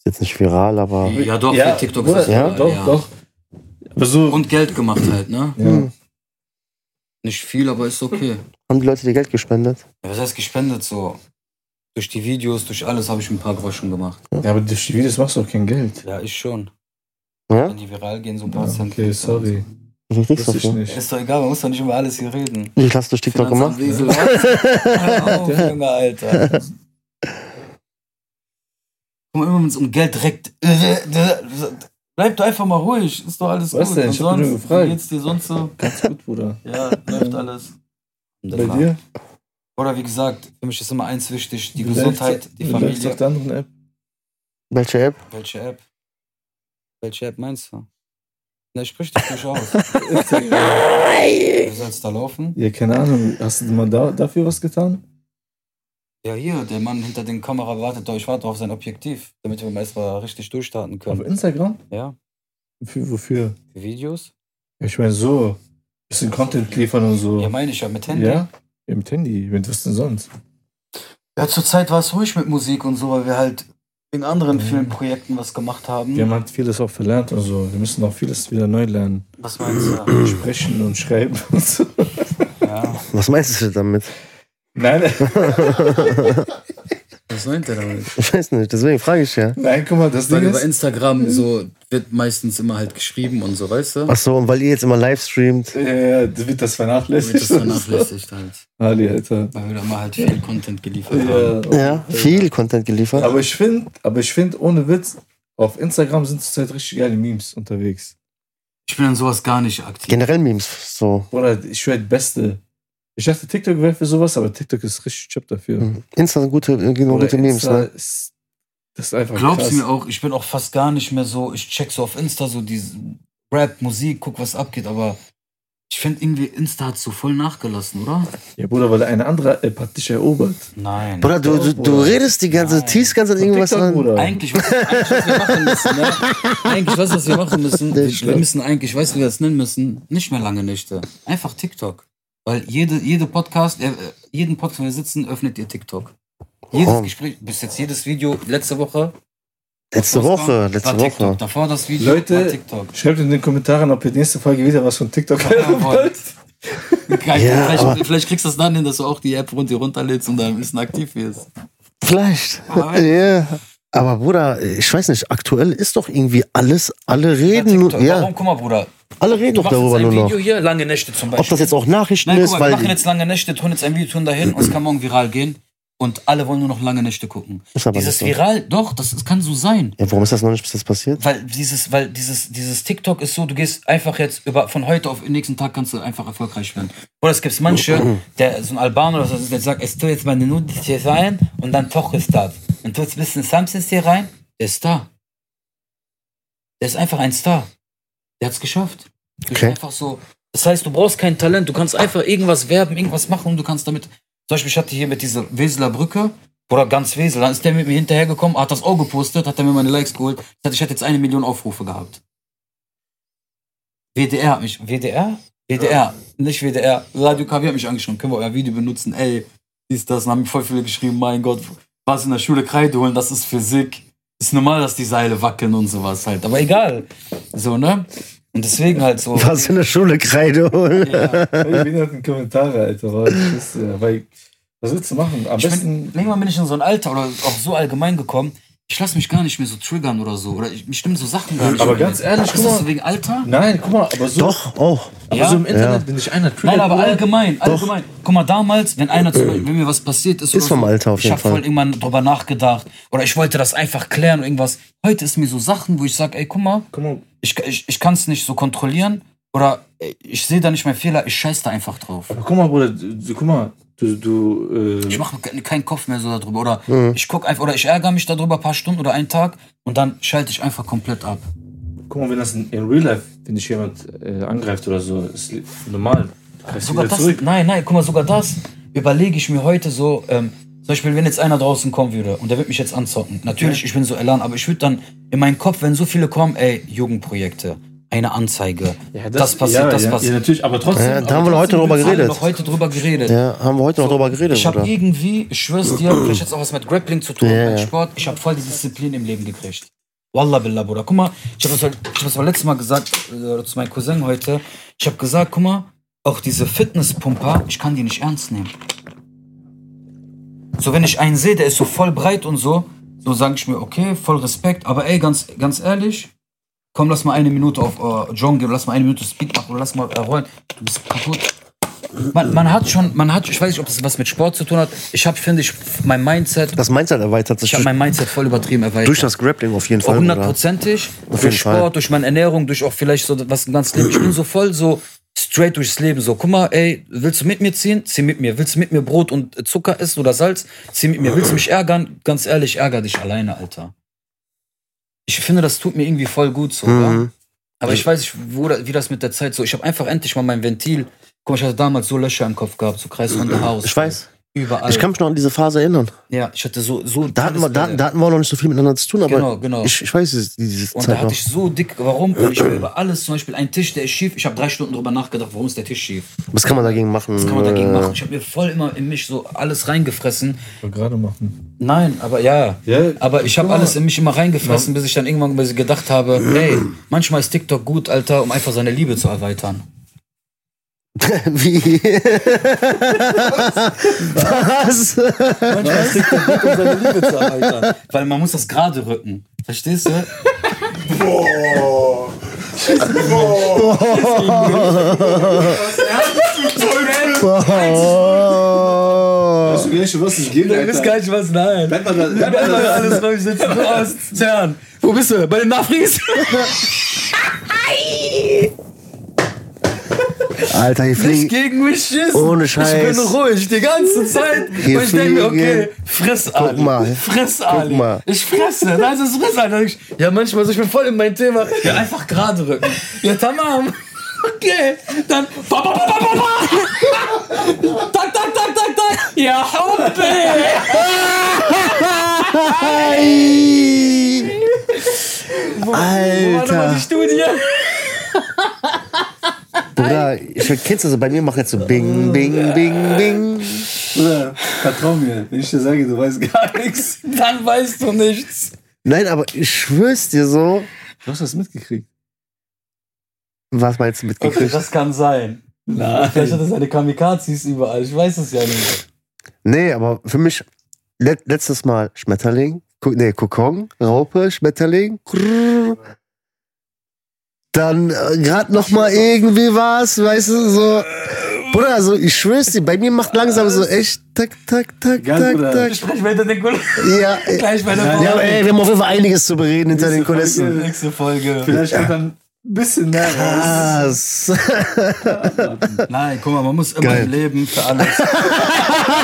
Speaker 2: Ist jetzt nicht viral, aber.
Speaker 3: Ja, doch,
Speaker 1: ja,
Speaker 3: für TikTok
Speaker 1: Bruder,
Speaker 3: ist das
Speaker 2: ja,
Speaker 3: überall,
Speaker 1: Doch,
Speaker 3: ja.
Speaker 1: doch. Aber so.
Speaker 3: Und Geld gemacht halt, ne?
Speaker 1: ja.
Speaker 2: Hm.
Speaker 3: Nicht viel, aber ist okay.
Speaker 2: Haben die Leute dir Geld gespendet?
Speaker 3: Ja, was heißt gespendet so? Durch die Videos, durch alles habe ich ein paar Groschen gemacht.
Speaker 1: ja, aber durch die Videos machst du auch kein Geld.
Speaker 3: Ja, ich schon.
Speaker 2: Ja?
Speaker 3: Wenn die viral gehen, so ein
Speaker 1: Ja,
Speaker 3: paar Cent.
Speaker 1: okay, sorry.
Speaker 2: Ich krieg's
Speaker 1: Wusste ich
Speaker 2: dafür.
Speaker 1: nicht.
Speaker 3: Ist doch egal, man muss doch nicht über alles hier reden.
Speaker 2: Ich lass durch TikTok
Speaker 3: Finanzamt
Speaker 2: gemacht.
Speaker 3: Wesel, was? Hör auf, Junge, Alter. Guck mal, immer wenn es um Geld direkt. Bleib doch einfach mal ruhig, ist doch alles
Speaker 1: Was
Speaker 3: gut.
Speaker 1: denn? Ich hab
Speaker 3: sonst,
Speaker 1: nur gefragt.
Speaker 3: wie geht's dir sonst so?
Speaker 1: Ganz gut, Bruder.
Speaker 3: Ja, läuft alles.
Speaker 1: Bei dir?
Speaker 3: Oder wie gesagt, für mich ist immer eins wichtig, die
Speaker 1: Du
Speaker 3: Gesundheit,
Speaker 1: läufst-
Speaker 3: die
Speaker 1: du läufst
Speaker 3: Familie.
Speaker 1: auf der anderen App.
Speaker 2: Welche App?
Speaker 3: Welche App? Welche App meinst du? Na, ich sprich dich nicht aus. Wie soll's da laufen?
Speaker 1: Ja, keine Ahnung. Hast du mal da, dafür was getan?
Speaker 3: Ja, hier, der Mann hinter den Kamera wartet doch. Ich warte auf sein Objektiv, damit wir erstmal richtig durchstarten
Speaker 1: Auf
Speaker 3: können.
Speaker 1: Instagram?
Speaker 3: Ja,
Speaker 1: Für, wofür?
Speaker 3: für Videos?
Speaker 1: Ich meine, so. Bisschen Content liefern und so.
Speaker 3: Ja, meine ich ja, mit Handy. Ja,
Speaker 1: Ja? ja mit Handy. Mit was denn sonst?
Speaker 3: zurzeit war es ruhig mit Musik und so, weil wir halt wegen anderen vielen Projekten was gemacht haben.
Speaker 1: Wir haben halt vieles auch verlernt und so. Wir müssen auch vieles wieder neu lernen.
Speaker 3: Was meinst du?
Speaker 1: Sprechen und schreiben und so.
Speaker 3: ja,
Speaker 2: Was meinst du damit?
Speaker 1: Nein,
Speaker 3: das Was meint er damit?
Speaker 2: Ich weiß nicht, deswegen frage ich ja.
Speaker 1: Nein, guck mal, das
Speaker 3: Weil
Speaker 1: Ding
Speaker 3: über
Speaker 1: ist.
Speaker 3: Instagram so wird meistens immer halt geschrieben und so, weißt du?
Speaker 2: Ach so, und weil ihr jetzt immer live streamt,
Speaker 1: Ja, ja, das wird das
Speaker 3: Damit das
Speaker 1: vernachlässigt.
Speaker 3: vernachlässigt halt.
Speaker 1: Ali, Alter.
Speaker 3: Weil wir da mal halt viel Content geliefert haben.
Speaker 1: Ja.
Speaker 2: ja, viel Content geliefert.
Speaker 1: Aber ich finde, aber ich finde, ohne Witz, auf Instagram sind zurzeit richtig geile Memes unterwegs.
Speaker 3: Ich bin an sowas gar nicht aktiv.
Speaker 2: Generell Memes, so.
Speaker 1: Oder ich höre das Beste. Ich dachte, TikTok wäre für sowas, aber TikTok ist richtig chip dafür.
Speaker 3: Mhm.
Speaker 2: Hm. Insta sind gute, äh, gute
Speaker 1: Oder
Speaker 2: Memes,
Speaker 1: Insta
Speaker 2: ne?
Speaker 1: ist, das ist einfach
Speaker 3: Glaubst
Speaker 1: krass.
Speaker 3: du mir auch, ich bin auch fast gar nicht mehr so, ich check so auf Insta so diese Rap, Musik, guck, was abgeht, aber ich finde irgendwie, Insta hat so voll nachgelassen, oder?
Speaker 1: Ja, Bruder, weil eine andere App hat dich erobert.
Speaker 3: Nein.
Speaker 2: Bruder, du, du, du
Speaker 1: Bruder.
Speaker 2: redest die ganze,
Speaker 3: Nein.
Speaker 2: tiefst ganz an
Speaker 1: Von
Speaker 2: irgendwas
Speaker 1: TikTok,
Speaker 2: an.
Speaker 1: Bruder.
Speaker 3: Eigentlich, was, eigentlich, was wir machen müssen, ne? Eigentlich, was, was wir machen müssen,
Speaker 2: Der
Speaker 3: wir,
Speaker 2: Schlag.
Speaker 3: wir müssen eigentlich, weißt du, wie wir das nennen müssen? Nicht mehr lange Nächte. Einfach TikTok. Weil jede, jede Podcast, äh, jeden Podcast, wo wir sitzen, öffnet ihr TikTok. Jedes
Speaker 2: Warum?
Speaker 3: Gespräch, bis jetzt jedes Video, letzte Woche.
Speaker 2: Letzte
Speaker 3: was
Speaker 2: Woche,
Speaker 3: kam,
Speaker 2: letzte
Speaker 3: war TikTok.
Speaker 2: Woche.
Speaker 3: Davor das Video,
Speaker 1: Leute,
Speaker 3: war TikTok.
Speaker 1: Schreibt in den Kommentaren, ob ihr nächste Folge wieder was von TikTok hören
Speaker 3: Jawohl.
Speaker 1: wollt.
Speaker 3: Geil,
Speaker 2: Ja, aber-
Speaker 3: vielleicht, vielleicht kriegst du das dann hin, dass du auch die App runter runterlädst und dann ein bisschen aktiv wirst.
Speaker 2: Vielleicht.
Speaker 3: Aber-
Speaker 2: Ja. Aber Bruder, ich weiß nicht, aktuell ist doch irgendwie alles, alle reden, nur-
Speaker 3: TikTok.
Speaker 2: ja,
Speaker 3: Warum? Guck mal, Bruder.
Speaker 2: alle reden doch
Speaker 3: machst
Speaker 2: darüber
Speaker 3: jetzt
Speaker 2: nur
Speaker 3: ein
Speaker 2: noch.
Speaker 3: Video hier, lange Nächte zum Beispiel.
Speaker 2: Ob das jetzt auch Nachrichten
Speaker 3: Nein,
Speaker 2: ist,
Speaker 3: guck mal, wir
Speaker 2: weil
Speaker 3: machen jetzt lange Nächte, tun jetzt ein Video, tun dahin und es kann morgen viral gehen. Und alle wollen nur noch lange Nächte gucken.
Speaker 2: Ist aber
Speaker 3: Dieses
Speaker 2: nicht so.
Speaker 3: viral, doch, das, das kann so sein.
Speaker 2: Ja, warum ist das noch nicht bis jetzt passiert?
Speaker 3: Weil dieses, weil dieses, dieses TikTok ist so, du gehst einfach jetzt über von heute auf den nächsten Tag kannst du einfach erfolgreich werden. Oder es gibt manche, der so ein Albaner oder so, der sagt, es tu jetzt meine Nudeln hier rein und dann koch es das. Und tu jetzt ein bisschen Samsons hier rein, der ist da. Der ist einfach ein Star. Der hat's geschafft. Durch
Speaker 2: Okay.
Speaker 3: einfach so. Das heißt, du brauchst kein Talent, du kannst einfach irgendwas werben, irgendwas machen und du kannst damit. Zum Beispiel, ich hatte hier mit dieser Weseler Brücke oder ganz Wesel, dann ist der mit mir hinterhergekommen, hat das O gepostet, hat er mir meine Likes geholt. Das heißt, ich hatte jetzt eine Million Aufrufe gehabt. WDR hat mich. WDR? WDR, nicht WDR. Radio KW hat mich angeschaut, können wir euer Video benutzen, ey, dies, das. Und haben mir voll viele geschrieben, mein Gott, was in der Schule Kreide holen, das ist Physik. Ist normal, dass die Seile wackeln und sowas halt. Aber egal. So, ne? Und deswegen halt so.
Speaker 2: Was in der Schule Kreide holen.
Speaker 3: Ja.
Speaker 1: Ich bin halt in den Kommentaren, Alter. Weil, ich weiß, äh, weil, was willst du machen? Am
Speaker 3: Ich
Speaker 1: besten.
Speaker 3: bin, irgendwann bin ich in so ein Alter oder auch so allgemein gekommen. Ich lasse mich gar nicht mehr so triggern oder so. Oder ich, mich stimmen so Sachen gar nicht
Speaker 1: Aber
Speaker 3: mehr.
Speaker 1: ganz ehrlich,
Speaker 3: ist
Speaker 1: guck
Speaker 3: das
Speaker 1: mal.
Speaker 3: so wegen Alter?
Speaker 1: Nein, guck mal, aber so,
Speaker 2: Doch, auch.
Speaker 1: aber
Speaker 3: Ja?
Speaker 1: so im Internet
Speaker 2: Ja.
Speaker 1: bin ich einer Trigger.
Speaker 3: Nein, aber
Speaker 1: Bruder.
Speaker 3: allgemein, allgemein. Guck mal, damals, wenn einer zum Beispiel, wenn mir was passiert ist,
Speaker 2: Ist vom Alter auf
Speaker 3: ich
Speaker 2: jeden
Speaker 3: hab
Speaker 2: Fall.
Speaker 3: voll irgendwann drüber nachgedacht oder ich wollte das einfach klären und irgendwas. Heute ist mir so Sachen, wo ich sage, ey, guck mal,
Speaker 1: Guck mal,
Speaker 3: ich, ich, ich kann es nicht so kontrollieren oder ey, ich sehe da nicht meinen Fehler, ich scheiß da einfach drauf.
Speaker 1: aber guck mal, Bruder, du, du- guck mal, du, du,
Speaker 3: Ich
Speaker 1: äh,
Speaker 3: mache keinen Kopf mehr so darüber oder
Speaker 2: Mhm.
Speaker 3: ich guck einfach oder ich ärgere mich darüber ein paar Stunden oder einen Tag und dann schalte ich einfach komplett ab.
Speaker 1: guck mal, wenn das in, in Real Life, wenn dich jemand äh, angreift oder so, ist li- normal. Du greifst
Speaker 3: Sogar
Speaker 1: wieder
Speaker 3: das,
Speaker 1: zurück.
Speaker 3: nein, nein, guck mal, sogar das überlege ich mir heute so. Ähm, zum Beispiel, wenn jetzt einer draußen kommen würde und der wird mich jetzt anzocken. Natürlich, ich bin so Elan, aber ich würde dann in meinen Kopf, wenn so viele kommen, ey, Jugendprojekte, eine Anzeige, das, passiert,
Speaker 1: ja,
Speaker 3: das
Speaker 1: ja, Ja,
Speaker 3: passiert.
Speaker 1: natürlich, aber trotzdem.
Speaker 2: Ja, da
Speaker 1: aber
Speaker 2: haben wir heute
Speaker 1: trotzdem
Speaker 2: drüber
Speaker 1: willst
Speaker 3: Alle
Speaker 2: geredet.
Speaker 3: noch heute drüber geredet.
Speaker 2: Ja, haben wir heute noch drüber geredet,
Speaker 3: Ich habe
Speaker 2: Bruder.
Speaker 3: irgendwie, ich schwör's dir, vielleicht jetzt auch was mit Grappling zu tun,
Speaker 2: Ja,
Speaker 3: mit
Speaker 2: ja.
Speaker 3: Sport, ich habe voll die Disziplin im Leben gekriegt. Wallah billah, Bruder. Guck mal, ich habe das, ich hab das beim letzten Mal gesagt äh, zu meinem Cousin heute. Ich habe gesagt, guck mal, auch diese Fitnesspumper, ich kann die nicht ernst nehmen. So, wenn ich einen sehe, der ist so voll breit und so, so sage ich mir, okay, voll Respekt, aber ey, ganz, ganz ehrlich, komm, lass mal eine Minute auf äh, John gehen, lass mal eine Minute Speed machen oder lass mal äh, rollen. Du bist kaputt. Man, man hat schon, man hat, ich weiß nicht, ob das was mit Sport zu tun hat. Ich habe, finde ich, mein Mindset,
Speaker 2: Das Mindset erweitert sich
Speaker 3: ich habe
Speaker 2: durch,
Speaker 3: mein Mindset voll übertrieben erweitert.
Speaker 2: durch das Grappling auf jeden
Speaker 3: Auch
Speaker 2: Fall. Bruder.
Speaker 3: hundertprozentig.
Speaker 2: jeden
Speaker 3: Durch
Speaker 2: Fall.
Speaker 3: Sport, durch meine Ernährung, durch auch vielleicht so was im ganzen Leben. Ich bin so voll so straight durchs Leben. So, guck mal, ey, willst du mit mir ziehen? Zieh mit mir. Willst du mit mir Brot und Zucker essen oder Salz? Zieh mit mir. Willst du mich ärgern? Ganz ehrlich, ärger dich alleine, Alter. Ich finde, das tut mir irgendwie voll gut so. ja?
Speaker 2: Mhm.
Speaker 3: Aber ich weiß nicht, wo, da- wie das mit der Zeit so. Ich habe einfach endlich mal mein Ventil. Guck mal, ich hatte damals so Löcher im Kopf gehabt, so kreisrunde Haus.
Speaker 2: Ich weiß.
Speaker 3: Überall.
Speaker 2: Ich kann mich noch an diese Phase erinnern.
Speaker 3: ja, ich hatte so. so
Speaker 2: Da hatten, wir, da, da hatten wir auch noch nicht so viel miteinander zu tun, aber
Speaker 3: Genau, genau.
Speaker 2: Ich, ich weiß diese, diese
Speaker 3: Und da
Speaker 2: Zeit
Speaker 3: hatte
Speaker 2: noch.
Speaker 3: ich so dick, warum? Weil ich mir über alles, zum Beispiel ein Tisch, der ist schief. Ich habe drei Stunden drüber nachgedacht, warum ist der Tisch schief?
Speaker 2: Was kann man dagegen machen? äh,
Speaker 3: Was kann man dagegen machen? Ich habe mir voll immer in mich so alles reingefressen.
Speaker 1: Ich wollte gerade machen.
Speaker 3: Nein, aber ja.
Speaker 1: Ja,
Speaker 3: aber ich habe
Speaker 1: klar.
Speaker 3: alles in mich immer reingefressen, bis ich dann irgendwann mal so gedacht habe, hey, manchmal ist TikTok gut, Alter, um einfach seine Liebe zu erweitern.
Speaker 2: Wie? Was?
Speaker 3: Manchmal kriegt er gut, um seine Liebe zu erweitern. Weil man muss das gerade rücken. Verstehst du?
Speaker 2: Oh.
Speaker 1: Hast du gleich schon was nicht geht,
Speaker 3: Du bist
Speaker 1: Alter?
Speaker 3: gar nicht was, nein.
Speaker 1: Bleib mal da.
Speaker 3: Bleib
Speaker 1: Bleib
Speaker 3: mal
Speaker 1: mal da.
Speaker 3: alles ruhig sitzen. Du aus Zern. Wo bist du? Bei den Nachfries?
Speaker 2: Alter, hier
Speaker 3: Nicht
Speaker 2: fliegen.
Speaker 3: gegen mich schissen.
Speaker 2: Ohne
Speaker 3: Ich
Speaker 2: Scheiß.
Speaker 3: bin ruhig die ganze Zeit.
Speaker 2: Hier
Speaker 3: und ich denke mir, okay,
Speaker 2: fliegen.
Speaker 3: friss Ali.
Speaker 2: mal.
Speaker 3: Friss Ali.
Speaker 2: mal.
Speaker 3: Ich fresse. Nein, das ist friss Ali. Und Ich, ja, manchmal so, ich bin voll in mein Thema. Ja, einfach gerade rücken. Ja, tamam. Okay, dann. Ba, ba, ba, ba, ba, ba. Tak, tak, tak, tak, tak. Ja, hoppe.
Speaker 2: Ei.
Speaker 3: Warte mal,
Speaker 2: Alter.
Speaker 3: die Studie.
Speaker 2: Bruder, ich kennst du so, bei mir macht jetzt so Bing, Bing, Bing, Bing.
Speaker 1: Bruder, vertrau mir. Wenn ich dir sage, du weißt gar nichts.
Speaker 3: Dann weißt du nichts.
Speaker 2: Nein, aber ich schwör's dir so.
Speaker 1: Du hast das mitgekriegt.
Speaker 2: Was meinst du mitgekriegt?
Speaker 3: Also, Das kann sein. Na, vielleicht hat er seine Kamikazis überall. Ich weiß es ja nicht.
Speaker 2: Nee, aber für mich let, letztes Mal Schmetterling, Ku- nee, Kokon, Raupe, Schmetterling. Krrr. Dann äh, gerade noch mal irgendwie was, weißt du, so. Bruder, also ich schwör's dir, bei mir macht langsam so echt tak, tak, tak,
Speaker 1: Ganz,
Speaker 2: tak,
Speaker 1: Bruder.
Speaker 2: tak.
Speaker 3: Ich spreche weiter den Kollegen
Speaker 2: Ja, äh,
Speaker 3: gleich weiter
Speaker 1: Nein,
Speaker 2: ja aber, ey, wir haben auf jeden Fall einiges zu bereden hinter den Kulissen.
Speaker 3: Nächste Folge.
Speaker 1: Vielleicht kommt dann ein bisschen mehr raus.
Speaker 2: Krass.
Speaker 3: Nein, guck mal, man muss immer
Speaker 2: Geil.
Speaker 3: im Leben für alles.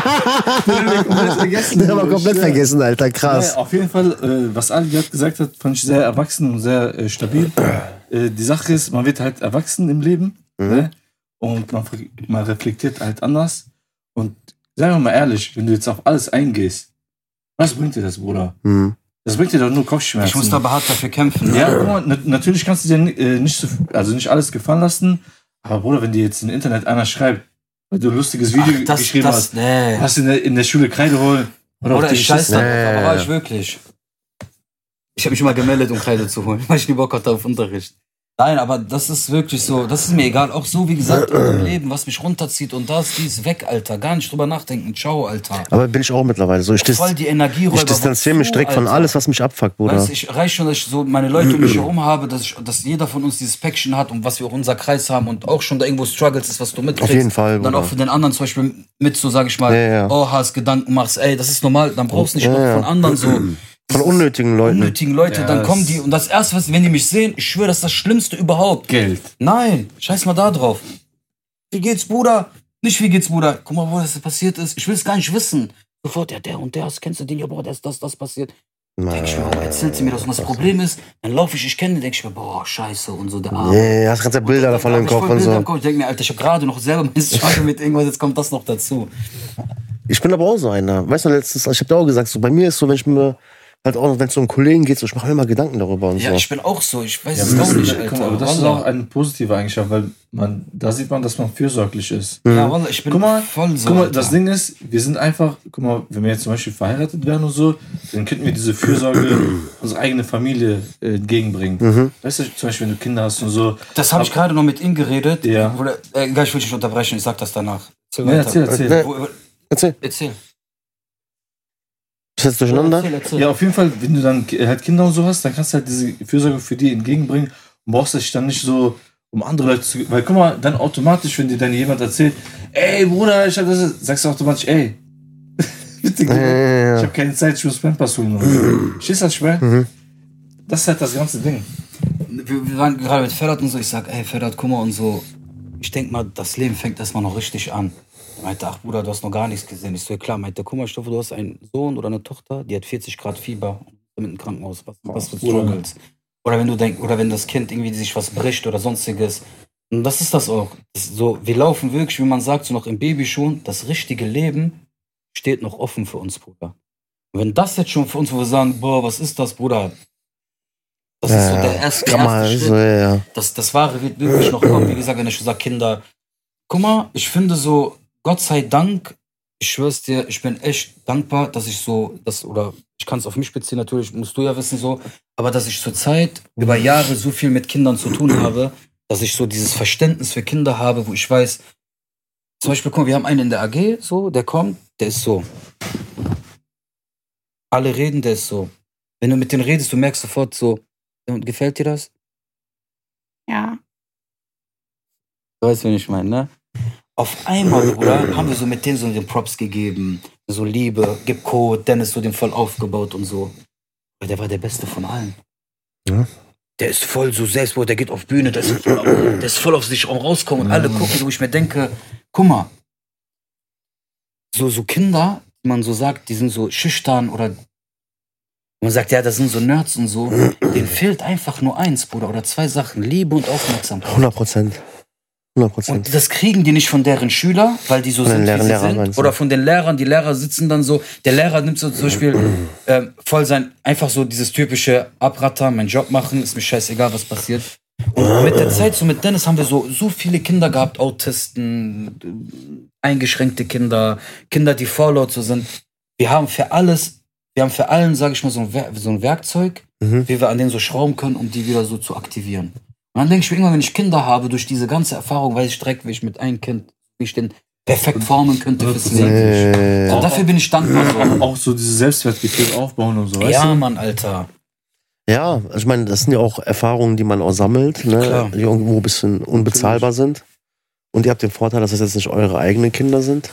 Speaker 2: Den haben wir komplett
Speaker 1: vergessen.
Speaker 2: vergessen, Alter,
Speaker 1: Ja,
Speaker 2: krass.
Speaker 1: auf jeden Fall, äh, was Ali gerade gesagt hat, fand ich sehr erwachsen und sehr äh, stabil. äh, die Sache ist, man wird halt erwachsen im Leben ne? und man, ver- man reflektiert halt anders. Und seien wir mal ehrlich, wenn du jetzt auf alles eingehst, was bringt dir das, Bruder?
Speaker 2: Hm.
Speaker 1: Das bringt dir doch nur Kopfschmerzen.
Speaker 3: Ich muss aber hart dafür kämpfen.
Speaker 1: ja, guck mal, na natürlich kannst du dir ni- äh, nicht, so, also nicht alles gefallen lassen, aber Bruder, wenn dir jetzt im Internet einer schreibt, weil du ein lustiges Video
Speaker 3: Ach, das,
Speaker 1: geschrieben
Speaker 3: das,
Speaker 1: hast,
Speaker 3: nee.
Speaker 1: hast du in der, in der Schule Kreide holen auf
Speaker 3: Oder
Speaker 1: die
Speaker 3: ich scheiß da
Speaker 1: Schüsse-
Speaker 2: Nee.
Speaker 3: drauf, aber war ich wirklich. Ich habe mich immer gemeldet, um Kreide zu holen, weil ich nie Bock hatte auf Unterricht. Nein, aber das ist wirklich so, das ist mir egal. Auch so, wie gesagt, im Leben, was mich runterzieht und das, dies, weg, Alter. Gar nicht drüber nachdenken. Ciao, Alter.
Speaker 2: Aber bin ich auch mittlerweile so. Ich, dis
Speaker 3: Voll die Energieräuber.
Speaker 2: ich distanziere mich
Speaker 3: Wozu,
Speaker 2: direkt von
Speaker 3: Alter?
Speaker 2: alles, was mich abfuckt, Bruder.
Speaker 3: Weißt, du, ich reicht schon, dass ich so meine Leute um mich herum habe, dass, ich, dass jeder von uns dieses Päckchen hat und was wir auch unser Kreis haben und auch schon da irgendwo Struggles ist, was du mitkriegst.
Speaker 2: Auf jeden Fall,
Speaker 3: Und dann
Speaker 2: Bruder.
Speaker 3: auch für den anderen zum Beispiel mit, so sage ich mal,
Speaker 2: Ja, ja.
Speaker 3: oh, hast Gedanken machst, ey, das ist normal, dann brauchst du nicht
Speaker 2: Ja,
Speaker 3: noch
Speaker 2: ja.
Speaker 3: von anderen so
Speaker 2: Von unnötigen Leuten.
Speaker 3: unnötigen Leute,
Speaker 1: Ja,
Speaker 3: dann kommen
Speaker 1: das-
Speaker 3: die und das erste, was, wenn die mich sehen, ich schwöre, das ist das Schlimmste überhaupt.
Speaker 1: Geld.
Speaker 3: Nein, scheiß mal da drauf. Wie geht's, Bruder? Nicht wie geht's, Bruder. Guck mal, wo das passiert ist. Ich will es gar nicht wissen. Sofort, ja, der und der, das kennst du den, ja, boah, der ist das, das passiert. Denk ich mir, warum erzählt sie mir das? Und das Problem ist, dann laufe ich, ich kenne, denke ich mir, boah, scheiße und so, der Arme.
Speaker 2: Nee, hast ganze Bilder davon
Speaker 3: Hab
Speaker 2: im
Speaker 3: ich
Speaker 2: Kopf
Speaker 3: voll
Speaker 2: und
Speaker 3: Bilder im
Speaker 2: so.
Speaker 3: Kopf. Ich denke mir, Alter, ich habe gerade noch selber ein Struggle mit irgendwas, jetzt kommt das noch dazu.
Speaker 2: Ich bin aber auch so einer. Weißt du, letztens, ich hab dir auch gesagt, so bei mir ist so, wenn ich mir halt auch, wenn es um Kollegen geht, so, ich mache mir immer Gedanken darüber und
Speaker 3: Ja,
Speaker 2: so.
Speaker 3: ich bin auch so, ich weiß
Speaker 1: Ja,
Speaker 3: es
Speaker 1: das,
Speaker 3: auch nicht, Alter.
Speaker 1: guck mal, aber das ist
Speaker 3: Wallah.
Speaker 1: auch eine positive Eigenschaft, weil man, da sieht man, dass man fürsorglich ist.
Speaker 3: ja, Wallah, ich bin
Speaker 1: Guck mal,
Speaker 3: voll so.
Speaker 1: guck mal,
Speaker 3: Alter.
Speaker 1: das Ding ist, wir sind einfach, guck mal, wenn wir jetzt zum Beispiel verheiratet wären und so, dann könnten wir diese Fürsorge unserer eigenen Familie äh, entgegenbringen.
Speaker 2: Mhm.
Speaker 1: Weißt du, zum Beispiel, wenn du Kinder hast und so.
Speaker 3: Das habe ich gerade noch mit ihm geredet.
Speaker 1: Ja.
Speaker 3: Wo der- äh, egal, ich will dich nicht unterbrechen, ich sag das danach. Erzähl
Speaker 1: Ja, erzähl, erzähl.
Speaker 3: Wo- wo-
Speaker 2: Erzähl,
Speaker 3: erzähl.
Speaker 2: ist jetzt durcheinander?
Speaker 3: Erzähl, erzähl.
Speaker 1: Ja, auf jeden Fall, wenn du dann äh, halt Kinder und so hast, dann kannst du halt diese Fürsorge für die entgegenbringen und brauchst dich dann nicht so um andere Leute zu. Weil guck mal, dann automatisch, wenn dir dann jemand erzählt, ey Bruder, ich hab das, sagst du automatisch, ey. Bitte geh
Speaker 2: Ja,
Speaker 1: weg.
Speaker 2: ja, ja,
Speaker 1: Ich
Speaker 2: ja.
Speaker 1: habe keine Zeit, ich muss Pampers holen. Mhm. Schießt das schwer? Das ist halt das ganze Ding.
Speaker 3: wir, wir waren gerade mit Ferhat und so. Ich sag, ey, Ferhat, guck mal und so. Ich denk mal, das Leben fängt erstmal noch richtig an. Er meinte, ach Bruder, du hast noch gar nichts gesehen. Ich so, ja klar, meinte, guck mal, Stoffe, du hast einen Sohn oder eine Tochter, die hat 40 Grad Fieber und ist mit dem Krankenhaus. Was, was du
Speaker 1: Bruder.
Speaker 3: struggles. Oder wenn du denkst, oder wenn das Kind irgendwie sich was bricht oder sonstiges. Und das ist das auch. Das ist so, wir laufen wirklich, wie man sagt, so noch im Babyschuhen. Das richtige Leben steht noch offen für uns, Bruder. Und wenn das jetzt schon für uns, wo wir sagen, boah, was ist das, Bruder? Das ist so
Speaker 2: Ja,
Speaker 3: der erste, der
Speaker 2: Kann
Speaker 3: erste
Speaker 2: man,
Speaker 3: Schritt
Speaker 2: so, ja, ja.
Speaker 3: das, das Wahre wird wirklich noch kommen. Wie gesagt, wenn ich schon sage, Kinder, guck mal, ich finde so, Gott sei Dank, ich schwör's dir, ich bin echt dankbar, dass ich so, das, oder ich kann es auf mich beziehen, natürlich musst du ja wissen so, aber dass ich zurzeit über Jahre so viel mit Kindern zu tun habe, dass ich so dieses Verständnis für Kinder habe, wo ich weiß, Zum Beispiel, guck mal, wir haben einen in der AG, so, der kommt, der ist so. Alle reden, der ist so. Wenn du mit denen redest, du merkst sofort so, "Und gefällt dir das?
Speaker 5: Ja.
Speaker 3: Du weißt, wen ich meine, ne? Auf einmal, Bruder, haben wir so mit denen so den Props gegeben. So Liebe, gib Code, Dennis so den voll aufgebaut und so. Aber der war der Beste von allen.
Speaker 2: Ja.
Speaker 3: Der ist voll so selbstbewusst, der geht auf Bühne, der ist voll auf, der ist voll auf sich am rauskommen und alle gucken, wo ich mir denke, guck mal, so, so Kinder, die man so sagt, die sind so schüchtern oder man sagt, ja, das sind so Nerds und so, denen fehlt einfach nur eins, Bruder, oder zwei Sachen, Liebe und Aufmerksamkeit.
Speaker 2: 100 Prozent. 100 Prozent.
Speaker 3: Und das kriegen die nicht von deren Schüler, weil die so
Speaker 2: Von den
Speaker 3: sind, wie
Speaker 2: Lehrern-
Speaker 3: sie
Speaker 2: Lehrern meinst
Speaker 3: sind.
Speaker 2: du?
Speaker 3: Oder von den Lehrern. Die Lehrer sitzen dann so. Der Lehrer nimmt so zum Beispiel ähm, voll sein, einfach so dieses typische Abrattern, meinen Job machen, ist mir scheißegal, was passiert. Und mit der Zeit, so mit Dennis, haben wir so, so viele Kinder gehabt, Autisten, äh, eingeschränkte Kinder, Kinder, die Fallout so sind. Wir haben für alles, wir haben für allen, sage ich mal, so ein, Wer- so ein Werkzeug,
Speaker 2: Mhm.
Speaker 3: wie wir an denen so schrauben können, um die wieder so zu aktivieren. Und dann denke ich mir immer, wenn ich Kinder habe, durch diese ganze Erfahrung, weiß ich direkt, wie ich mit einem Kind, wie ich den perfekt formen könnte fürs Leben.
Speaker 2: Äh,
Speaker 3: Und dafür bin ich dankbar. So.
Speaker 1: Auch so dieses Selbstwertgefühl aufbauen und so, Oh, weißt
Speaker 3: Ja,
Speaker 1: du?
Speaker 3: Mann, Alter.
Speaker 2: Ja, ich meine, das sind ja auch Erfahrungen, die man auch sammelt,
Speaker 3: Klar.
Speaker 2: ne? die irgendwo ein bisschen unbezahlbar sind. Und ihr habt den Vorteil, dass das jetzt nicht eure eigenen Kinder sind.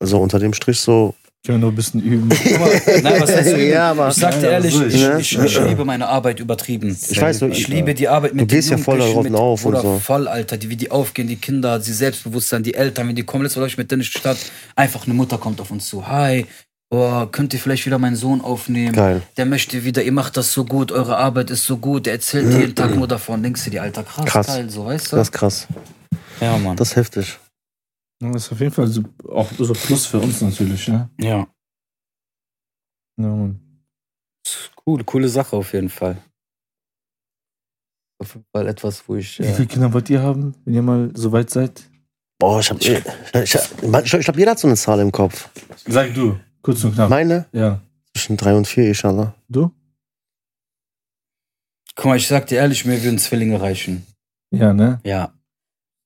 Speaker 2: Also unter dem Strich so.
Speaker 1: Können wir noch ein bisschen üben.
Speaker 3: Guck mal, nein, was heißt so üben?
Speaker 2: Ja, aber-
Speaker 3: ich sag dir
Speaker 1: Ja,
Speaker 3: ehrlich,
Speaker 1: so ist-
Speaker 3: ich,
Speaker 2: ne?
Speaker 3: ich, ich liebe meine Arbeit übertrieben.
Speaker 2: Ich weiß, du-
Speaker 3: ich liebe die Arbeit mit
Speaker 2: Du gehst
Speaker 3: den
Speaker 2: ja voll
Speaker 3: Jugendlichen,
Speaker 2: da drauf
Speaker 3: mit,
Speaker 2: und
Speaker 3: Bruder,
Speaker 2: so.
Speaker 3: voll, Alter, die, wie die aufgehen, die Kinder, die Selbstbewusstsein, die Eltern, wenn die kommen, letztes Mal war ich mit Dennis in die Stadt, einfach eine Mutter kommt auf uns zu, hi, oh, könnt ihr vielleicht wieder meinen Sohn aufnehmen?
Speaker 2: Geil.
Speaker 3: der möchte wieder, ihr macht das so gut, eure Arbeit ist so gut, der erzählt dir jeden Tag nur davon. Denkst du dir, Alter, krass,
Speaker 2: Mhm. Krass.
Speaker 3: geil, so, weißt du?
Speaker 2: Das ist krass.
Speaker 3: ja, Mann.
Speaker 2: Das ist heftig.
Speaker 1: Ja, Das ist auf jeden Fall so, auch so Plus für uns natürlich, ne?
Speaker 3: ja.
Speaker 1: Ja, Mann.
Speaker 3: Cool, coole Sache auf jeden Fall. Auf jeden Fall etwas, wo ich. äh,
Speaker 1: Wie viele Kinder wollt ihr haben, wenn ihr mal so weit seid?
Speaker 2: Boah, ich hab. Ich, ich, ich, ich glaube, jeder hat so eine Zahl im Kopf.
Speaker 1: Sag du. Kurz und knapp.
Speaker 2: Meine?
Speaker 1: Ja.
Speaker 2: Zwischen drei und vier, inshallah.
Speaker 1: Du?
Speaker 3: Guck mal, ich sag dir ehrlich, mir würden Zwillinge reichen.
Speaker 1: Ja, ne?
Speaker 3: Ja.